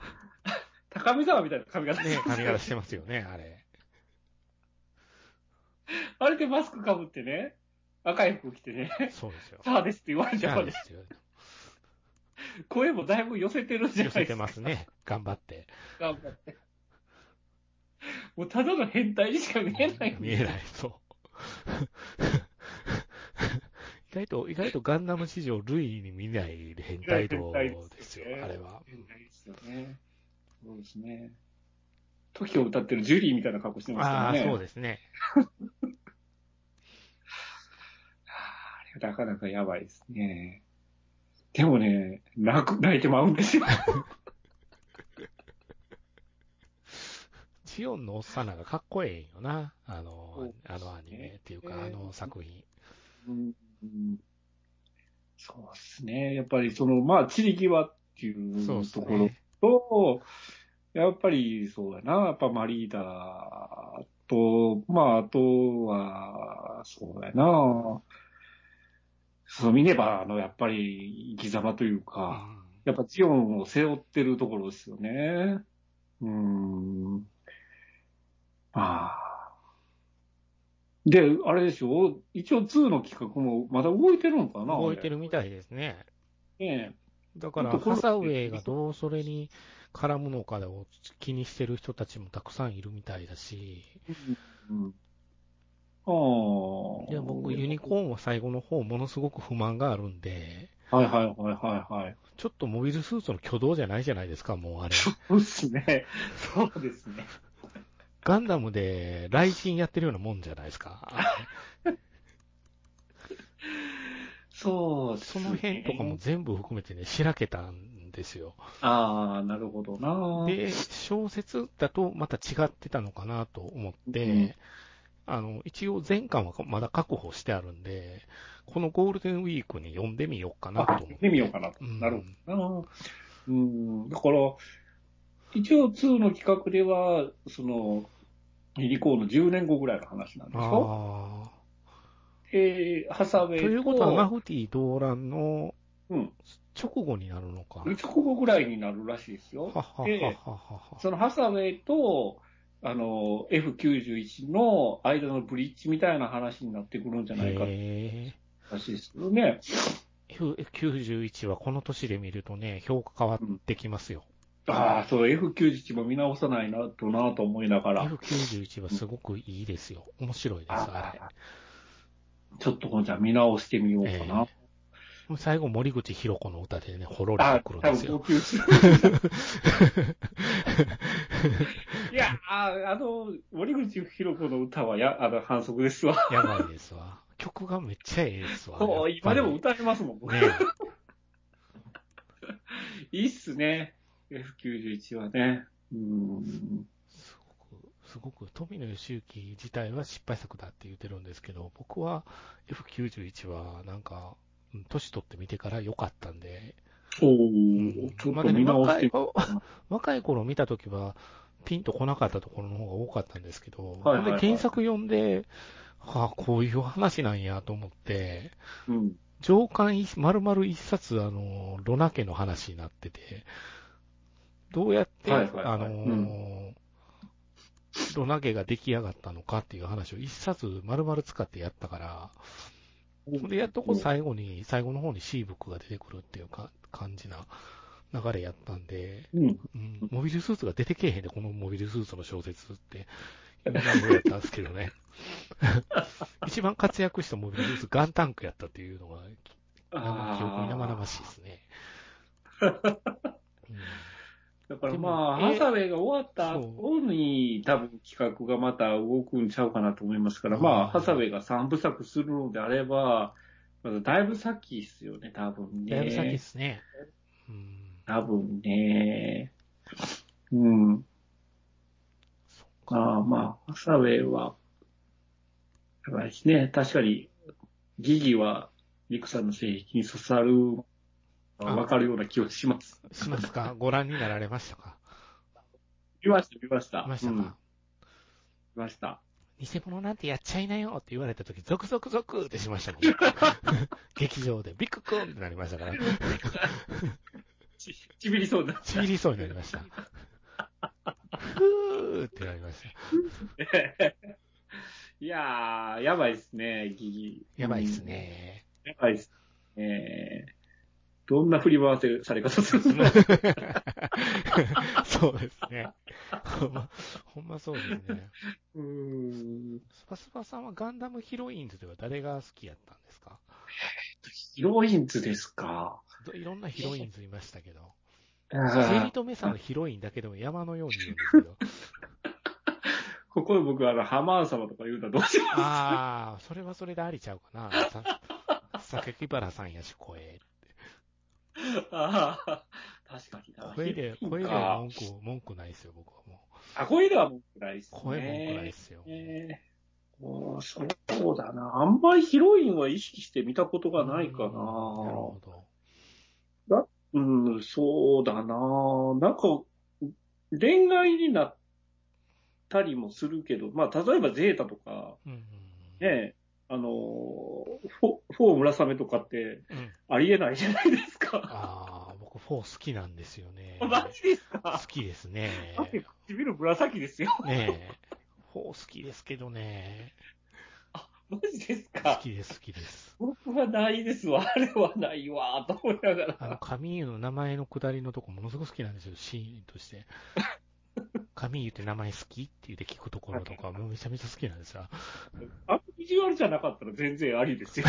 高見沢みたいな髪型
ね、髪型してますよね、あれ。
あれでマスクかぶってね、赤い服着てね、
そうですよ。
シャーですって言われち
じ
ゃ
ゃ
う
あ
ん
で
です。
すよ。
声もだいぶ寄せてるんじゃ
寄
ない
せ
です
て
か。
ますね、頑張って。
頑張ってもうただの変態にしか見えない。
見えない、そう。意外と、意外とガンダム史上類に見ない変態道ですよ、あれは。
変態ですよね。そうですね。時を歌ってるジュリーみたいな格好してました
ああ
よね。
ー、そうですね。
あれなかなかやばいですね。でもね、泣く、泣いてまうんですよ。
ジオンのおっさんなんかかっこええんよな。あの、あのアニメっていうか、
ええ
あの作品。
うんそうですね。やっぱりその、まあ、地理際っていう
そうです
ところ
ね。
と、やっぱりそうだな、やっぱマリーダと、まあ、あとは、そうだな、そのミネバのやっぱり生き様という
う
か、
ん
やっぱジオンを背負ってるところですよね。うーん。まあ。で、あれでしょ一応2の企画もまだ動いてるのかな
動いてるみた
い。
いですね。
ね
だから、
ところ
ハサウェイがどうそれに絡むのかを気にしてる人たちもたくさんいるみたいだし、
えうん。ああ。
いや、僕、ユニコーンは最後の方、ものすごく不満があるんで、
はいはいはいはいはい。
ちょっとモビルスーツの挙動じゃないじゃないですか、もうあれ。
そうですね。そうですね。
ガンダムで雷神やってるようなもんじゃないです か。あれ
そうです
そ
ね。
の辺とかも。全部含めてね、しらけたんですよ。
ああ、なるほどな。
で、小説だとまた違ってたのかなと思って、
うん
あの、一応前巻はまだ確保してあるんで、このゴールデンウィークに読んでみようかな
あ
と思
見
ってて。
みようかなと。
うん
なるほどな。うん、だから、一応2の企画では、その、ユニコーンの10年後ぐらいの話なんでしょ
あ
えー、ハサウ
あ。
ェイ
ということは、マフティ動乱の
うん、
直後になるのか。
直後ぐらいになるらしいです
は
よ。
はは
で
ははは。
そのハサウェイと、あの、F91 の間のブリッジみたいな話になってくるんじゃないかって
へ
らしいですけどね。
え。91はこの年で見るとね、評価変わってきますよ。
ああ、そう、F91 も見直さないな、となと思いながら。
F91 はすごくいいですよ。面白いです、あれ。
ちょっとじゃあ見直してみようかな。
最後、森口博子の歌でね、ほろり
あ
とくるん
多
です
分
よ。
号泣する。いやあ、あの、森口博子の歌はや、あの、反則ですわ。
やばいですわ。曲がめっちゃええですわ。
そう、
やっぱ
今
り
でも歌えますもん。
ね
いいっすね。F91 はね。うん。
すごく、すごく、富野義行自体は失敗作だって言ってるんですけど、僕は F91 はなんか、うん年取って見てから良かったんで、
お
うん
ー、ちょっ
まあ
と
で
見
も
直し
若
て
い
み
頃若い頃見たときは、ピンとこなかったところの方が多かったんですけど、
はいはいはい
ほんで原作読んで、はあ、こういう話なんやと思って、
うん。
上巻一丸々一冊、あの、ロナ家の話になってて、どうやって、
はいはいはい
あの、
うん
ロナ家が出来上がったのかっていう話を一冊丸々使ってやったから、ほんで、やっとこう最後に、最後の方にシーブックが出てくるっていうか感じな流れやったんで、
うん。
うん、モビルスーツが出てけえへんで、このモビルスーツの小説って、今までやったんですけど ね。一番活躍したモビルスーツ、ガンタンクやったっていうのが、 なんか記憶に生々しいですね。うん
だから
でも
まあ、
え
ハサウェイが終わった
そう
後に、多分企画がまた動くんちゃうかなと思いますから、ま
うん
あ、ハサウェイが3部作するのであれば、まだだいぶ先っすよね、多分ね。
だいぶ先ですね。うん。
多分ね。うん。
そっ
まあまあ、ハサウェイは、やばいですね。確かに、ギギは、ミクさんの性癖に刺さる、わかるような気はします。
しますかご覧になられましたか
見ました、見ました。
いましたか、
うん見ました。
偽物なんてやっちゃいなよって言われた時、ゾクゾクゾクってしま したもん。劇場でビククンってなりましたから、
ち ちびりそうになっち
ち
ゃう
ぎりそうになりました。ふーってなりました。
いやー、やばいっすね、ギギ。
やばいっす。ね。
やばいっすね。どんな振り回せされ方するの
そうですね。ほんま、ほんまそうですね。
うーん。
スパスパさんはガンダムヒロインズでは誰が好きやったんですか
ヒロインズですか。
どいろんなヒロインズいましたけど。セ
あ
リ
ー
とメサのヒロインだけでも山のように言うんですけど。
ここで僕、あの、ハマーン様とか言うのはどうしよ
ああ、それはそれでありちゃうかな。さ、榊原さんやし、声。
う。ああ、確かに な。
声で、
ヒロ
声
イン
で
か
は文句、文句ないですよ、僕はもう。
あ、声では文句ないっすね。
声文句ないですよ。
ねおーそうだな。あんまりヒロインは意識して見たことがないか
うん
な。
なるほど。
うん、そうだななんか、恋愛になったりもするけど、まあ、例えばゼータとか、
うんうんうん。
ね、あのー、フォフォー村雨とかって
うん
ありえないじゃないですか。。
ああ、僕4好きなんですよね
マジです
好
か
きですね。
だって唇紫ですよ。
ねえ。4好きですけどね。
マジです
好
か
きです、好きです。
僕はないですわ。あれはないわ、と思いなが
あの、
ら。
カミーユの名前のくだりのとこものすごく好きなんですよ、シーンと して。カミーユって名前好きって言って聞くところとか、もうめちゃめちゃ好きなんですよ。
あのビジュアルじゃなかったら全然あり ですよ。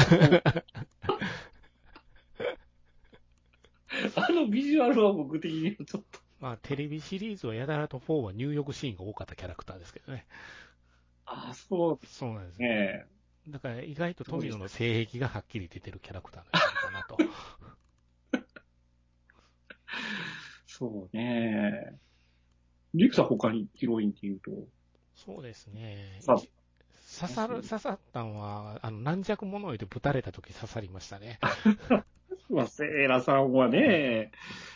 あのビジュアルは僕的にはちょっと。
まあ、テレビシリーズはやたらと4は入浴シーンが多かったキャラクターですけどね。
ああ、そう
そうなんですね。
ね
だから意外と富野の性癖がはっきり出てるキャラクターなんじゃないかなと。
そうねリクさん他にヒロインっていうと。
そうですね。
さ
刺さる、刺さったんは、あの、軟弱物言うてぶたれた時刺さりました ね。
まあ、セーラさんはね、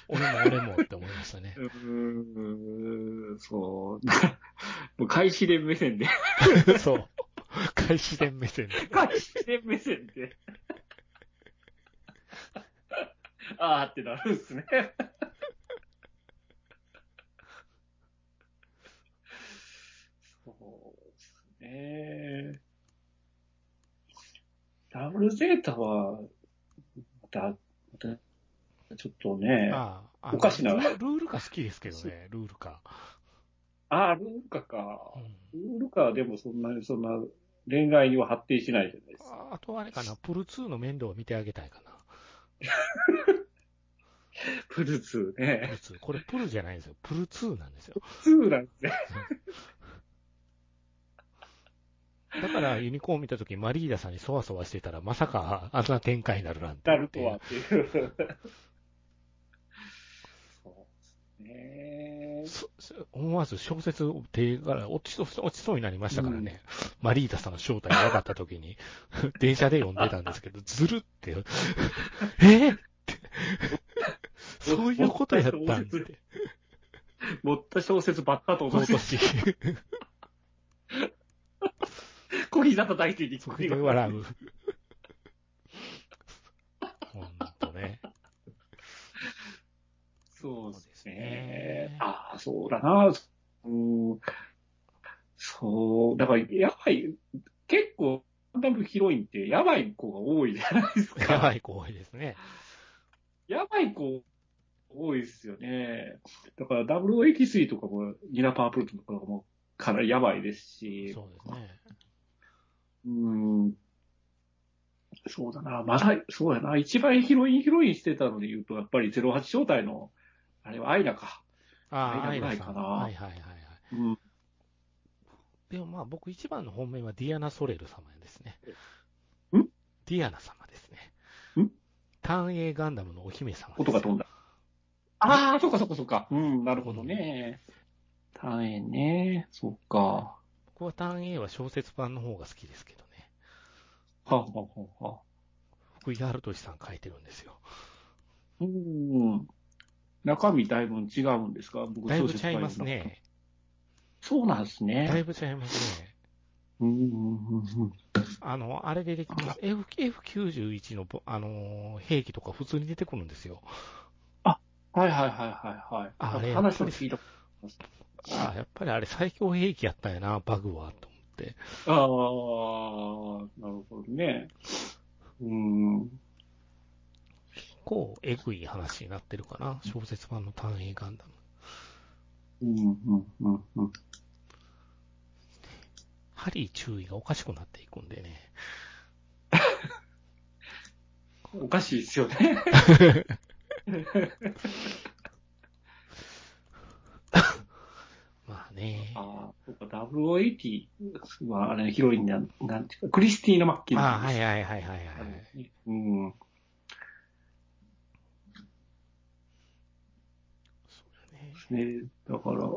俺も俺もって思いました ね。
うーん、そう。 もう開始で目線で。
そう。開始点目線で。
開始で目線で。あーってなるんですね。そうですね。ダブルゼータは、また、また、ちょっとね、あ
あああの
おかしな
ルールール化好きですけどね、ルール化。
あー、ルーカか。
うん
ルールカはでもそんなに、そんな、恋愛には発展しないじゃないですか。
ああとあれかな、プル2の面倒を見てあげたいかな。
プルツーね
プ。ル2。これプルじゃないんですよ。プル2なんですよ。
ツーなんですね。
だからユニコーン見たときマリーダさんにそわそわしてたらまさかあんな展開になるなんて。
なるとはっていう。そうですね。
そそ思わず小説を手から落ちそう落ちそうになりましたからね、マリーダさんの正体が分かった時に、電車で読んでたんですけど、ずるって、えーって、そういうことやったんって、
持った小説ばっかと思
今
うと、
年、
小膝叩いていく
時々笑う。ほんとね。
そうです
ね
ね。ああ、そうだな。うん、そう、だから、やばい、結構、ガンダムヒロインって、やばい子が多いじゃないです か。
やばい行為ですね。
やばい子、多いですよね。だから、ダブルエキスイとかも、ニナパープルトとかも、かなりやばいですし、
そうですね。
うん、そうだな、まだ、そうやな、一番ヒロインヒロインしてたので言うと、やっぱり08招待の、あれはアイナか。
ああ、ア
間
イ
ぐら
ラ
い
さ
か
ん。
な
はいはいはいはい。
うん、
でもまあ僕一番の本命はディアナ・ソレル様ですね。
ん
ディアナ様ですね。
ん
単影ガンダムのお姫様です。
音が飛んだ。ああ、そっかそっかそっか。うん、なるほどね。単円ね。そっか。は
僕は単影は小説版の方が好きですけどね。
あはあはあ。
福井春俊さん書いてるんですよ。
うん。中身だいぶ違うんですか僕
だいぶちゃいます。ね。
そうなんです
だい
ね。
ぶちゃいますね。
うんうんうん
あの、あれ出てきます。F- F91 のぼ、あのー兵器とか普通に出てくるんですよ。
はいはいはいはいはい。
あれ
話を聞いた。
ああ、やっぱりあれ最強兵器やったんやな、バグは、と思って。
ああ、なるほどね。うん。
こう、えぐい話になってるかな。小説版の単影ガンダム。
うんうんうんうん。
ハリー注意がおかしくなっていくんでね。
おかしいですよね。
まあね。
ああ、そうか、WAT は、あれ、ヒロインなん、なんていうか、クリスティーナ・マッキー
まあ、
なん
は
で
い
す
はいはいはいはい。
ねうん。ね、だから、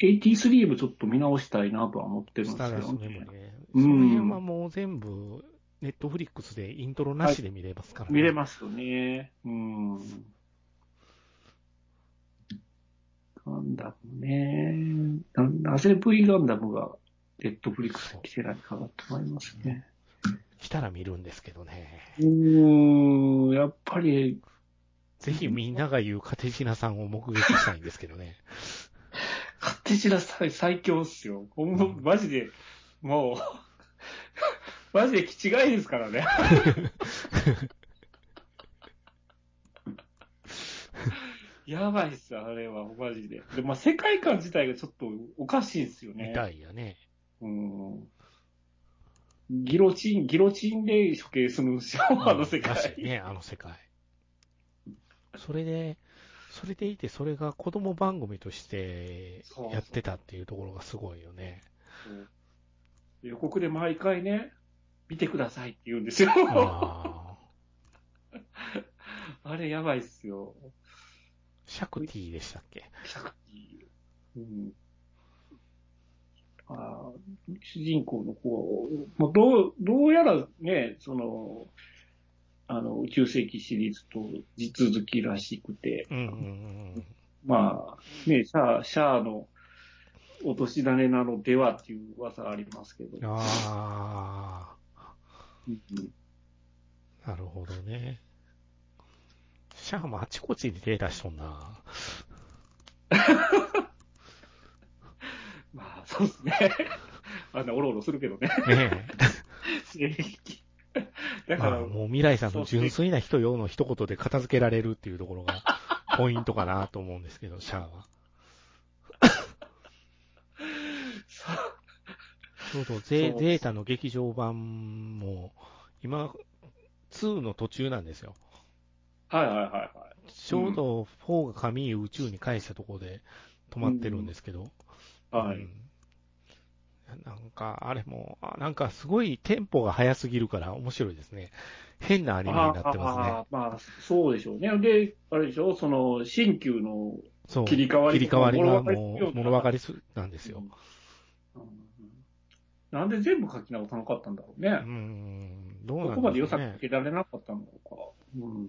83もちょっと見直したいなとは思ってるん
ス
で
タ
す
ー
け
ダス
ど
トメモ
ね。
ね。そ
うん
の辺はもう全部、ネットフリックスでイントロなしで見れますから、
見れ
ま
ますよね。うん。ガンダムね。ななぜ V ガンダムが、ネットフリックスに来てないかなと思いますね。
す。来たら見るんですけどね。
うーん、やっぱり、
ぜひみんなが言うカテジナさんを目撃したいんですけどね。
勝手知らさい最強っすよ。ほんま
うん
マジで、もう、 マジで気違いですから ね。やばいっすよ、あれは、マジで。で、まあ、世界観自体がちょっとおかしいっすよね
み。たいやね。
うん。ギロチン、ギロチンで処刑するんですよ、あの世界。
確かにね、あの世界。それで、それでいて、それが子供番組として
そう
やってたっていうところがすごいよね。
うん予告で毎回ね、見てくださいって言うんですよ。
ああ。
あれやばいっすよ。
シャクティでしたっけ
うんあー主人公の子まあ、どう、どうやらね、その、あの、宇宙世紀シリーズと地続きらしくて、
うんうんうんうん。
まあ、ね、シャア、シャアの落とし種なのではっていう噂がありますけど、
あ
うん
あ、なるほどね。シャアもあちこちに手出しとんな。
まあ、そうですね。 あんなおろおろするけどね、
ね
正直。
え。
だか
ま
ら、
あ、もう未来さんの純粋な人用の一言で片付けられるっていうところ が、ポイントかなと思うんですけど、シャアは。
そう
そうそう、ゼ
そう
ゼータの劇場版も、今、 2の途中なんですよ。
はいはいはいはい。
ちょうど4が神へ宇宙に返したところで止まってるんですけど。
はい。
うんなんか、あれも、あなんかすごいテンポが速すぎるから面白いですね。変なアニメになってますね。
あーまあ、そうでしょうね。で、あれでしょ、その、新旧の
そう。
切り替わり
切り替わりが
物
も
分かりするよう
う
な
物分かりすなんですよ。
うん。なんで全部書き直さなかったんだろう
う
ね。
ん、どう
こ
な
こ
ん
まで
で
良
すか
さ
ね
つ。けられなかったのか。うん。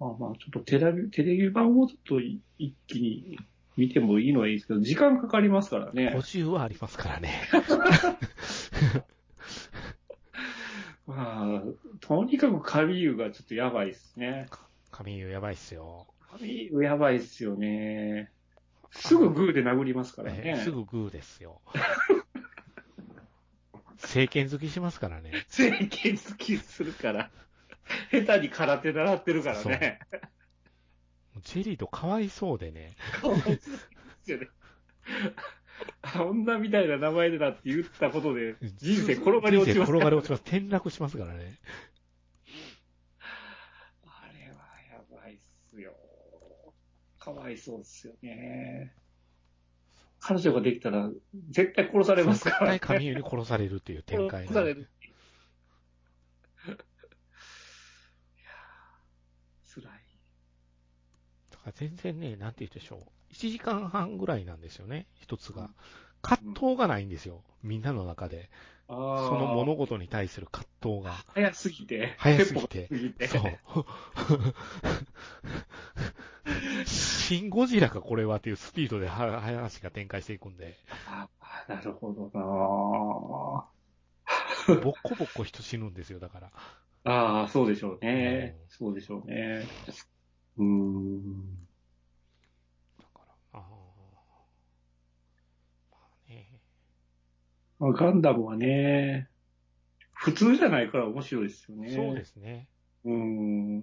まあまあ、ちょっとテレビ、テレビ版をちょっとい一気に見てもいいのはいいですけど、時間かかりますからね
補。充はありますから ね。
まあ、とにかく神優がちょっとやばいですね。
神優やばいっすよ。
神優やばいですよね。すぐグーで殴りますからね
ね。すぐグーですよ。政権好きしますからね。
整形好きするから。下手に空手習ってるからね。
ジェリーとかわいそうでね。
そうですよね。女みたいな名前でだって言ったことで、人生転がり落ちます
人生転がり落ちます。転落しますからね。
あれはやばいっすよ。かわいそうっすよね。彼女ができたら、絶対殺されますからね。
絶対神優に殺されるっていう展開
殺される。いやー辛い。
だから全然ね、なんて言うでしょう。1時間半ぐらいなんですよね、一つが。葛藤がないんですよ。みんなの中で。
そ
その物事に対する葛藤が。
早すぎて。
早すぎて
テンポが過ぎ
そ
て。
う。シンゴジラかこれはっていうスピードでは話が展開していくんで、
ああなるほどな
ボッコボッコ人死ぬんですよ、だから。
あああ、そうでしょうね
うん。
そうでしょうね。うーん。
だから、あーまあね。
まあガンダムはね、普通じゃないから面白いですよね。。
そうですすね。
うーん。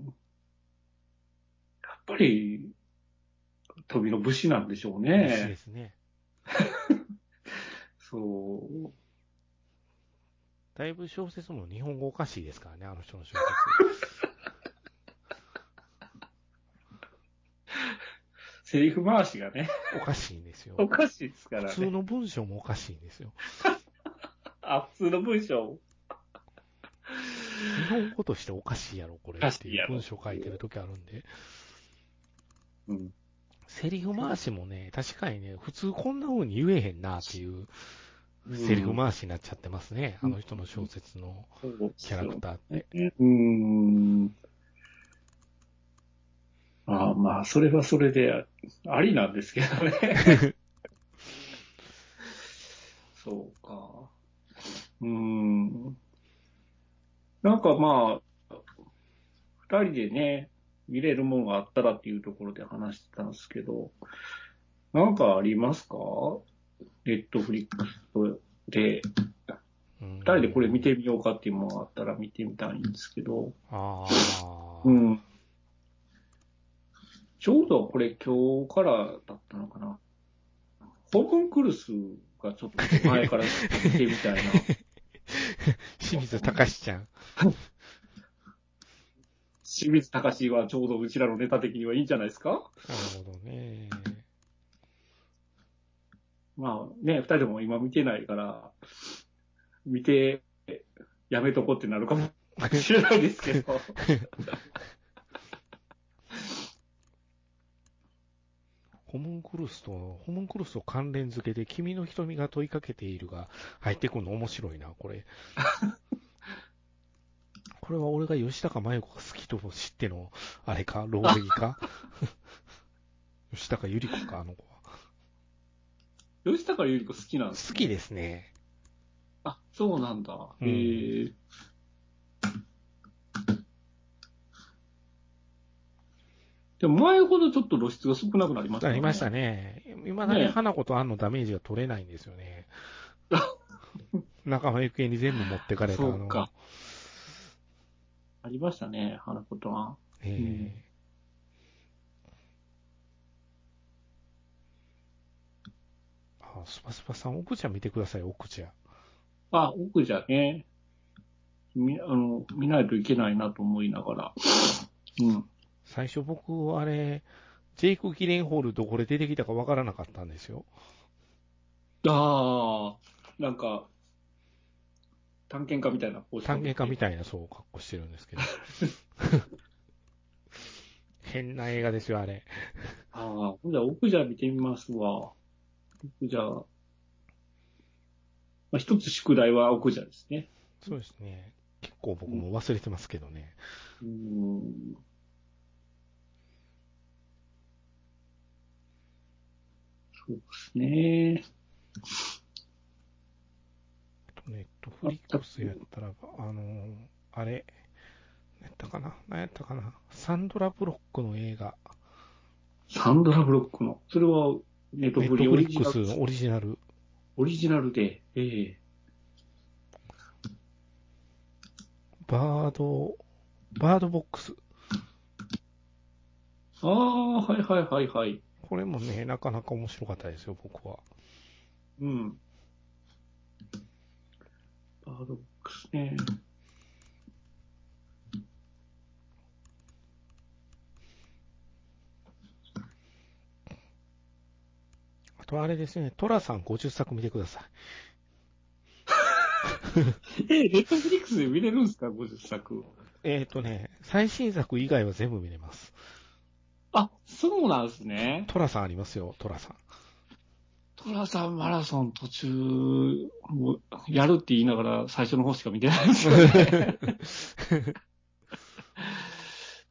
やっぱり、飛びの武士なんでしょう
嬉しいで
ね。
すね。
そう。
だいぶ小説も日本語おかしいですからね、あの人の小説。
セリフ回しがね、
おかしいんですよ。
おかしいですからね。
普通の文章もおかしいんですよ。
あ、普通の文章。
日本語としておかしいやろ、これ
おか
っ
してい
い
や
う
ろ
文章書いてる時あるんで。
うん。
セリフ回しもね、確かにね、普通こんな風に言えへんなっていうセリフ回しになっちゃってますね。
うん
あの人の小説の
キ
キャラクターって。
うーん。ああまあ、それはそれでありなんですけどね。そうか。うーん。なんかまあ、二人でね、見れるものがあったらっていうところで話してたんですけど、なんかありますかネットフリックスで、
うん
二人でこれ見てみようかっていうものがあったら見てみたいんですけど、
ああ、
うん。ちょうどこれ今日からだったのかな。ホームンクルスがちょっと前から見てみたいな。
清水隆ちゃん。
清水隆はちょうどうちらのネタ的にはいいんじゃないですか
なるほどね。
まあね、二人とも今見てないから、見て、やめとこってなるかもしれないですけど。
ホムンクルスと、ホムンクルスと関連付けで、君の瞳が問いかけているが、入ってくるの面白いな、こ れ。これは俺が吉高真由子が好きと知っての、あれか、老い か。吉高由里子か、あの子は。
吉高由里子好きなんで
好
す
きですね。
あ、そうなんだ。
うん
へえ。でも前ほどちょっと露出が少なくなりました
ありました
ね。
ね。いまだに
ね
花子とアンのダメージが取れないんですよ ね。仲間行方に全部持ってかれた。
そう
あの
か。ありましたね、花子とは。
ええ
うん
あ、スパスパさん、奥茶見てください、奥茶。
あ、奥じゃね。見あの見ないといけないなと思いながら。うん。
最初僕、あれ、ジェイク・ギレンホールどこで出てきたかわからなかったんですよ。
ああ、なんか、探検家みたいな。
探検家み
た
たいな、そう、格好してるんです けど。変な映画ですよ、あれ。
いな。ああ、ほんじゃ、奥じゃ見てみますわ。奥じゃ。まあ、一つ宿題は奥じゃですね。
そうですね。結構僕も忘れてますけどね。
うん。そうですね。
ネットフリックスやったらば、あのーあれ、何やったかな何やったかなサンドラ・ブロックの映画。
サンドラブロックの。それは、ネット
ネッ
フ
ト
リ
フ
オ
リ
リ
ッ
ジ
ク
ナ
スの
ル。
オリジナル。
オリジナルで。ええ
バード、バードボックス。
ああ、はいはいはいはい。
これもね、なかなか面白かったですよ、僕は。
うん。バードボックスね。
あとあれですね、トラさん50作見てください。
え、ネットフリックスで見れるんですか ?50 作。
えっ、とね、最新作以外は全部見れます。
あ、そうなんですね。
トラさんありますよ、トラさん。
トラさんマラソン途中、もうやるって言いながら最初の方しか見てないですよね。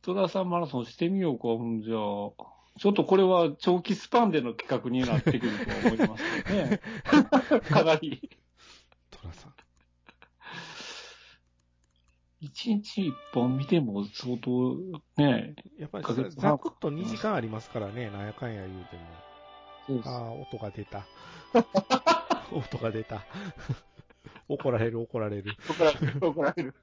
トラさんマラソンしてみようか、ほんじゃあ。ちょっとこれは長期スパンでの企画になってくると思いますけどね。かなり。
トラさん。
一日一本見ても相当ね、
やっぱり
かけ
ざざくっと2時間ありますからね、なんやかんや言うても。
そう
ああ、音が出 た。音が出た。怒られる、怒られる。
怒られる、怒られる。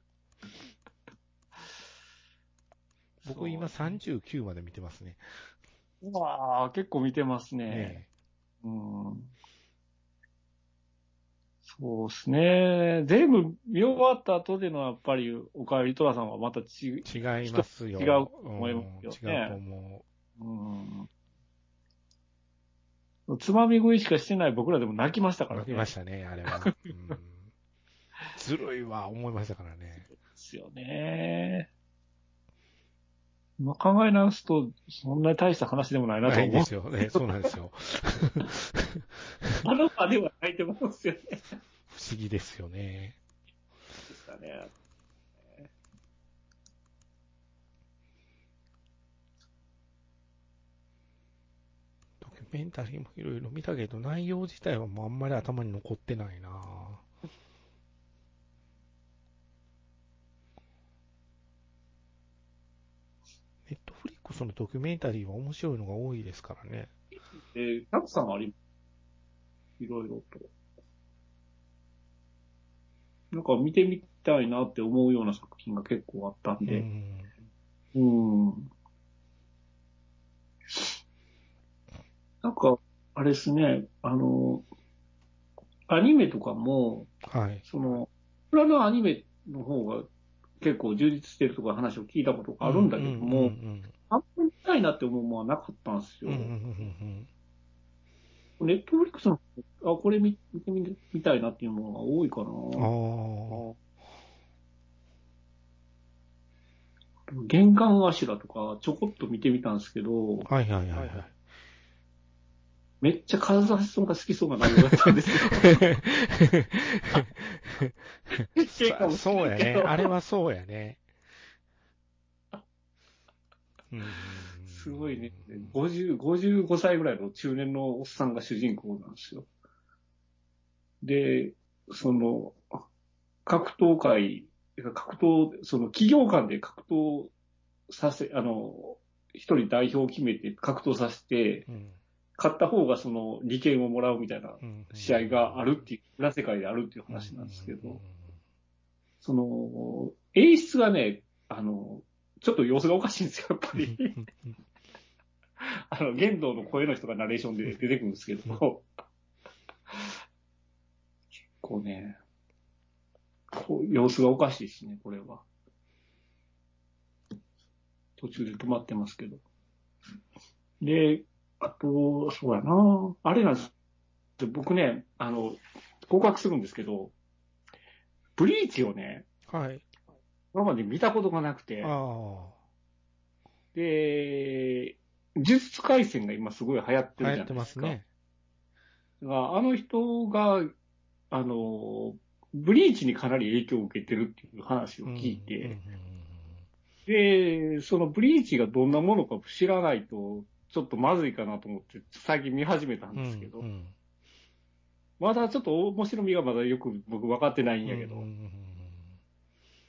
僕今39まで見てますね。
うわあ、結構見てますね。
え
うん。そうですね。全部見終わった後でのやっぱり、おかえりとらさんはまた違う。
え違いますよ。
違うと思いますよ
うん違うと思
うん。つまみ食いしかしてない僕らでも泣きましたか
う。
ら
泣
ね。
きましたたね、あれは。うんずるいわ、思いましたからね。
ですよね。まあ、考え直すと、そんなに大した話でもないなと
ない
思
で
う。
すよね。そうなんですよ。
あの場では泣いてますよね。
不思議ですよね。
でしたね。
ドキュメンタリーもいろいろ見たけど、内容自体はもうあんまり頭に残ってないなネットフリックスのドキュメンタリーは面白いのが多いですからね。
えー、たくさんあります。いろいろと。なんか見てみたいなって思うような作品が結構あった
う
んで。
ん。
うん。なんか、あれですね、あの、アニメとかも、
はい。
その、裏のアニメの方が結構充実してるとか話を聞いたことがあるんだけども、
うん
あんまり見たいなって思うものはなかったんです
うんうん。
よ。
うんうんうん
ネットフリックスの、あ、これ見見てみ見たいなっていうものが多いかな。
うん。あ
玄関柱とかちょこっと見てみたんですけど、
あ。はいはいはいはい。
めっちゃ風橋さんが好きそうな内容だったんですよ。
そそうや
け
ね。
ど
あれはそうやね。うん
すごいね。50、55歳ぐらいの中年のおっさんが主人公なんですよ。で、その、格闘会、格闘、その企業間で格闘させ、あの、一人代表を決めて格闘させて、
うん
勝った方がその利権をもらうみたいな
うんうん
試合があるっていう、裏世界であるっていう話なんですけ
うんうん
ど
う、
その、演出がね、あの、ちょっと様子がおかしいんですよ、やっぱり。
んうん
あの、玄道の声の人がナレーションで出てくるんですけど、結構ね、こう様子がおかしいですね、これは。途中で止まってますけど。で、あと、そうやなあれなんです。で僕ね、あの、告白するんですけど、ブリーチをね、
はい。
今まで見たことがなくて、
あ
で、呪術廻戦が今すごい流行って
あ、流行
るじゃ
っ
な
て
い
ま
ですすか。
ね。
があの人が、あの、ブリーチにかなり影響を受けてるっていう話を聞いて、
うんうんうん
で、そのブリーチがどんなものか知らないと、ちょっとまずいかなと思って、最近見始めたん
うん
ですけど、
うんうん
まだちょっと面白みがまだよく僕分かってないんやけど、
うんうんうん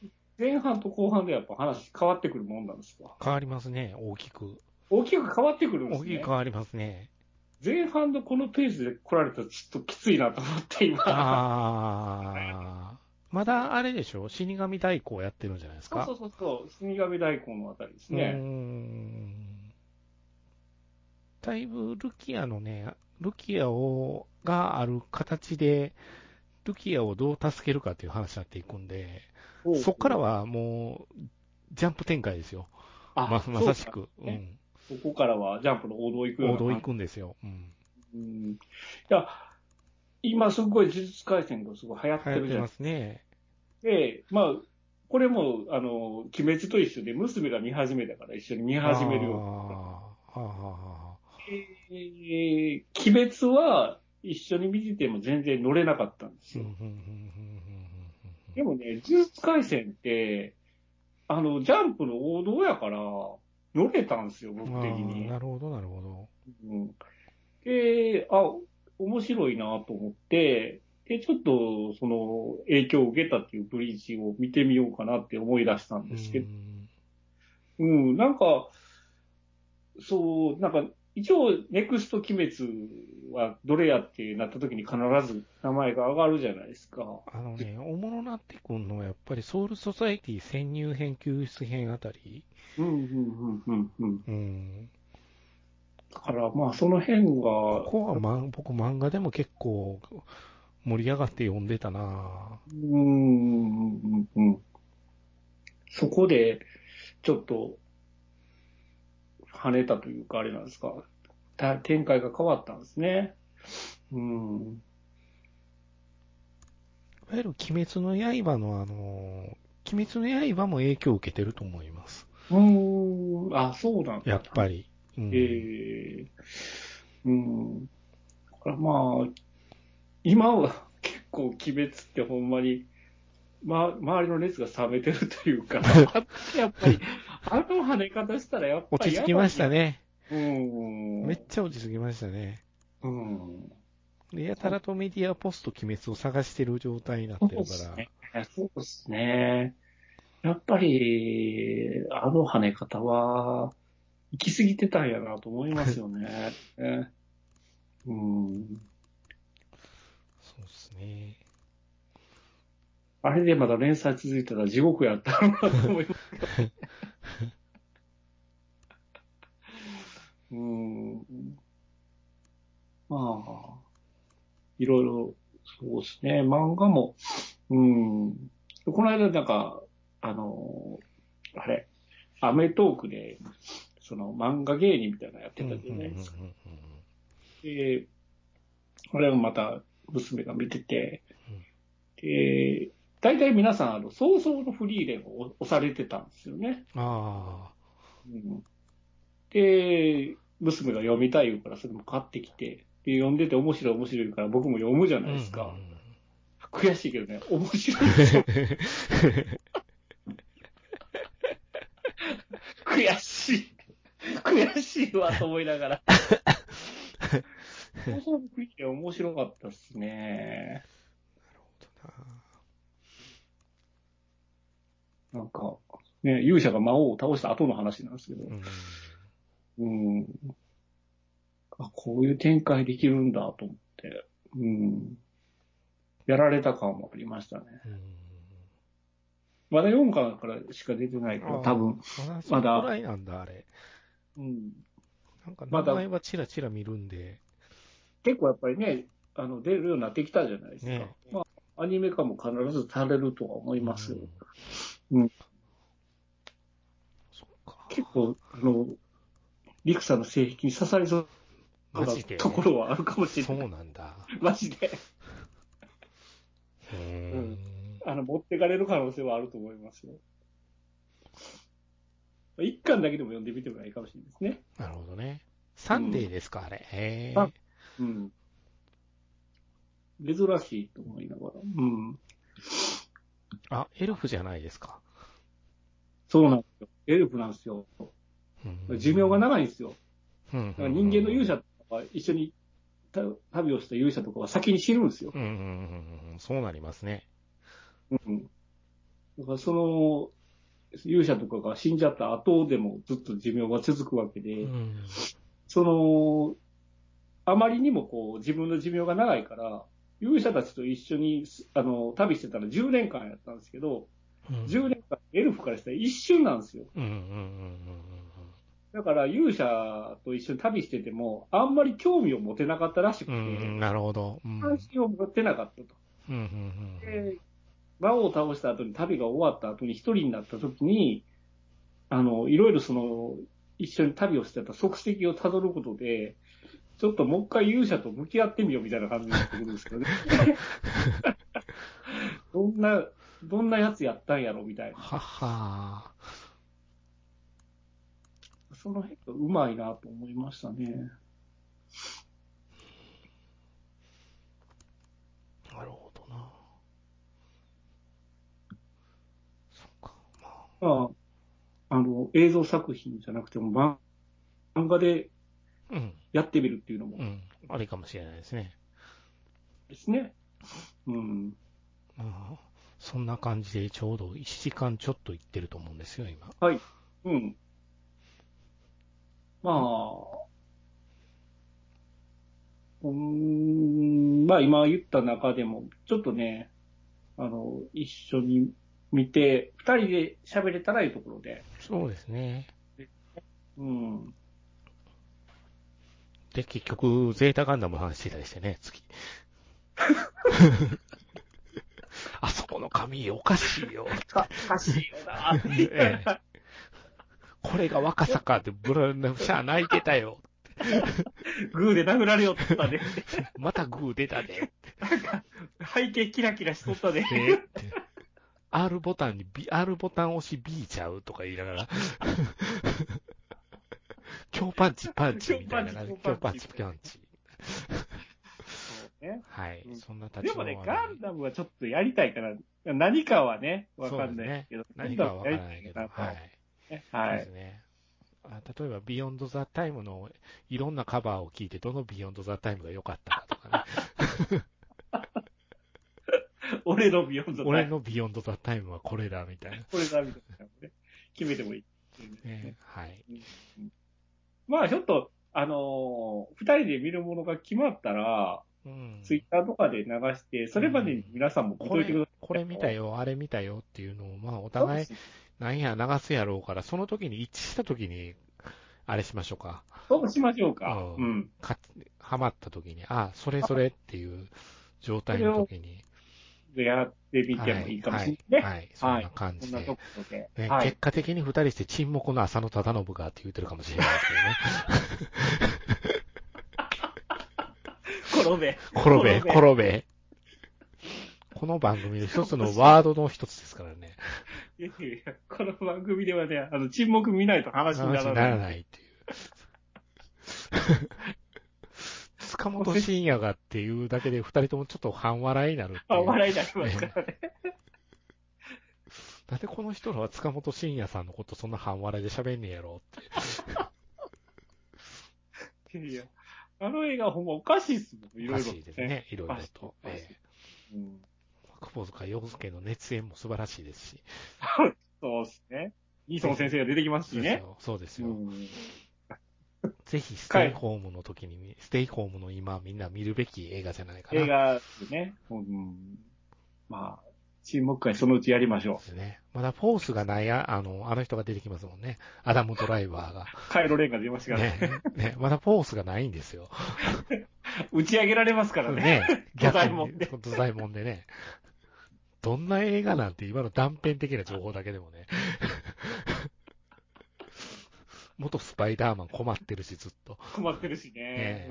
うん
前半と後半でやっぱ話変わってくるもんなんですわ。
変わりますね、大きく。
大きく変わってくるんです
大き
ね
く変。わりますね。
前半のこのペースで来られたらちょっときついなと思って今。
ああ。まだあれでしょ死神代行やってるんじゃないです
そう
か。
そうそうそう、 死神大根のあたりです
うー
ね。
んだいぶルキアのね、ルキアを、がある形で、ルキアをどう助けるかっていう話になっていくんで、
ほう
そこから、はもう、ジャンプ展開ですよ。
あ
ま、まさし。
そうか
く。う
ね
ん。
そこからはジャンプの王道行くよ
王
うな
道行
感じ。
くんですよ。うん。
うん。いや、今すごい呪術廻戦がすごい流行って
流行
る
っ
じ
て
ゃな
ま
い
すね。
で、まあ、これも、あの、鬼滅と一緒で、娘が見始めたから一緒に見始め
あ
る
ー
よ。
はあはあは
えー鬼滅は一緒に見てても全然乗れなかったんです
あ。うん
よ。
うんうんうんうんう
で
ん
もね、呪術廻戦って、あの、ジャンプの王道やから、乗れたんですよ、僕的
あー
に。
なるほど、なるほど。
うん、で、あ、面白いなと思って、で、ちょっと、その、影響を受けたっていうブリーチを見てみようかなって思い出したんですけど、
うん
うん、なんか、そう、なんか、一応、ネクスト鬼滅はどれやってなった時に必ず名前が上がるじゃないですか。
あのね、おもろなってくんのは、やっぱりソウルソサエティ潜入編、救出編あたり。
うん、うん、うん、うん、うん。
うん。
だから、まあ、その辺
こ
が、
こは、ま、僕漫画でも結構盛り上がって読んでたな
うん、うん、うん。うんそこで、ちょっと、跳ねたというか、あれなんですか。た展開が変わったんですね。うん。
いわゆる鬼滅の刃のあの、鬼滅の刃も影響を受けてると思います。
うん、あ、そうなんだ。
やっぱり。うん
ええうん。だからまあ、今は 結構鬼滅ってほんまに、ま、周りの熱が冷めてるとい うか、やっぱり、あの跳ね方したらやっぱり
落ち着きました
ね。
ね。
うん。
めっちゃ落ち着きましたね。
うん。
でやたらとメディアポスト鬼滅を探してる状態になってるから。
そうですね。やっぱり、あの跳ね方は、行き過ぎてたんやなと思います よね。ねうん。
そうですね。
あれでまだ連載続いてたら地獄やったのかなと思いますけどうーん。まあ、いろいろ、そうですね。漫画も、うん。この間なんか、あの、あれ、アメトーークで、その漫画芸人みたいなのやってたじゃないですか。
うんうんうんうん
で、これもまた娘が見てて、で、大体皆さん、あの、早々のフリーレンを押されてたんですよね。
あ
うん、で、娘が読みたい言うから、それも買ってきて、で、読んでて面白い面白いから僕も読むじゃ
あ。
ないですか。
うんうんうん
悔しいけどね、面白いでしょ。悔しい。悔しいわと思いな がら。早々のフリーレン面白かったですね。なんか、ね、勇者が魔王を倒した後の話なんですけど、
うん
うん。あ、こういう展開できるんだと思って、うん。やられた感はありましたね。
うん
まだ4巻からしか出てないから、多分、
まだそのくらいなんだ、あれ。
うん。
なんか名
まだ
前はチラチラ見るんで。
結構やっぱりね、あの、出るようになってきたじゃないですか。
ね
まあ、アニメ化も必ずされるとは思いますよ。
うん
うん
そっか。
結構、あの、リクさんの性癖に刺さりそう
マ
な
ジで
ところはあるかもしれ
そ
な
う
い。
なんだ。
マジで。
うー。
うんあの、持ってかれる可能性はあると思いますよ。一巻だけでも読んでみてもいいかもしれないですね。
なるほどね。サンデーですか、あれ。へ
あ
え。
うん。珍しいと思いながら。うん。
あ、エルフじゃないですか。
そうなんですよ。エルフなんですよ。
うん
寿命が長いんですよ。
うんうん
だから人間の勇者とかは一緒にた旅をした勇者とかは先に死ぬんですよ。
うんうんうんうん、そうなりますね。
うん。だからその、勇者とかが死んじゃった後でもずっと寿命が続くわけで、
うん
その、あまりにもこう自分の寿命が長いから、勇者たちと一緒にすあの旅してたら10年間やったんですけど、10年間エルフからしたら一瞬なんですよ。
うんうんうんうん
だから勇者と一緒に旅してても、あんまり興味を持てなかったらしくて、
うんうんうん、なるほど。うん
関心を持てなかったと。
うんうんうん
で、魔王を倒した後に旅が終わった後に一人になった時に、あの、いろいろその、一緒に旅をしてた足跡をたどることで、ちょっともう一回勇者と向き合ってみようみたいな感じになってくるんですけどね。どんな、どんなやつやったんやろみたいな。
はっは
その辺がうまいなと思いましたね。
ー。なるほどな。そっか。まあ、
まあ、あの、映像作品じゃなくても漫漫画で
うん、
やってみるっていうのも
うん。あれかもしれないですね。
ですね。うん。
まあ、そんな感じでちょうど1時間ちょっと行ってると思うんですよ、今。
うん。まあ、うーん、まあ今言った中でも、ちょっとね、あの、一緒に見て、二人で喋れたらいいところで、
そうですね。
うん。
で、結局、ゼータガンダムの話してたりしてね、 次。あそこの紙おかしいよ。
か、かしいよなって言った
え
ら
え、これが若さかって、ブランシャー泣いてたよ。
グーで殴られよっ たで、
またグー出たで。
背景キラキラしとったで、
で、って R ボタンに、B、R ボタン押し B ちゃうとか言いながら。強パンチ、パンチみたいな感じ。
強
強
パ
パ
ン
ン
チ
チ、
強
パ
パ
ンチ。
そうね。
はい
うん。
そんな立
で
ち
もね、
回り
ガンダムはちょっとやりたいから、何かはね、わかんないけど、
何かはわからないけど。
ガンダム
は
やり
い。
たい
そう
なとは
です
い。
ね。あ例えば、ビヨンドザタイムのいろんなカバーを聞いて、どのビヨンドザタイムが良かったかと かね。
俺のビヨンド
俺のビヨンドザタイムはこれだ、みたいな。
これだみたいなのね、決めてもいい。
ねはい。
まあちょっと、あのー二人で見るものが決まったら、
うん。
ツイッターとかで流して、それまでに皆さんも
こ
届い
れ
てください。、
これ見たよ、あれ見たよっていうのを、まあ、お互い、なんや、流すやろうから、その時に一致した時に、あれしましょうか。
そうしましょうか。う
うん
ん。
か、ハマった時に、あ、それそれっていう状態の時に。
でやってみてもいいかもしれな
はい。
いね。
はい。そんな感
こん
じ
なと
で
こ。ろで。
ね
はい
結。果的に二人して沈黙の浅野忠信がって言ってるかもしれないですけどね。
転べ。
転べ、転べ。この番組の一つのワードの一つですからね。
いやいやこの番組ではね、あの、沈黙見ないと話にな
話
ら
にな
な
ら
い。
ないっていう。 塚本慎也がっていうだけで二人ともちょっと半笑いになるって
あ、
いう。
笑いになりますからね。
なんでこの人らは塚本慎也さんのことそんな半笑いで喋んねえやろって。
いやいや、あの映画ほんまおかしいっすもん、い
お
ろ
か
いろ
しい。ですね。いろいろと。
おかしい
ええ
うん
窪塚洋介の熱演も素晴らしいですし。
そうですね。ニーソン先生が出てきますしね。
そうですよ。そうですよ。
うん
ぜひ、ステイホームの時に、ステイホームの今、みんな見るべき映画じゃないかな。
映画ですね。うんまあ、沈黙会そのうちやりましょ
ですね。まだ、フォースがないあ、あの、あの人が出てきますもんね。アダム・ドライバーが。
う。カイロレンが出ますから、
ね。ね。まだ、フォースがないんですよ。
打ち上げられますからね。
ね。
ド
逆
ザイ
に
モンで。
ドザイモンでね。どんな映画なんて今の断片的な情報だけでもね。元スパイダーマン困ってるし、ずっと。
困ってるし
ね
ね。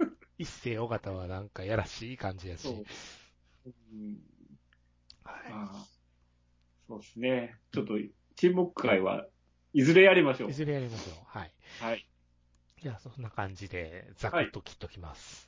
え一世尾形はなんかやらしい感じやし。
そう。うん
は
ああそうですね。ちょっと、沈黙会はいずれやりましょう
い。い。ずれやりましょう。はい。
はい。
じゃあ、そんな感じで、ざくっと切っときます。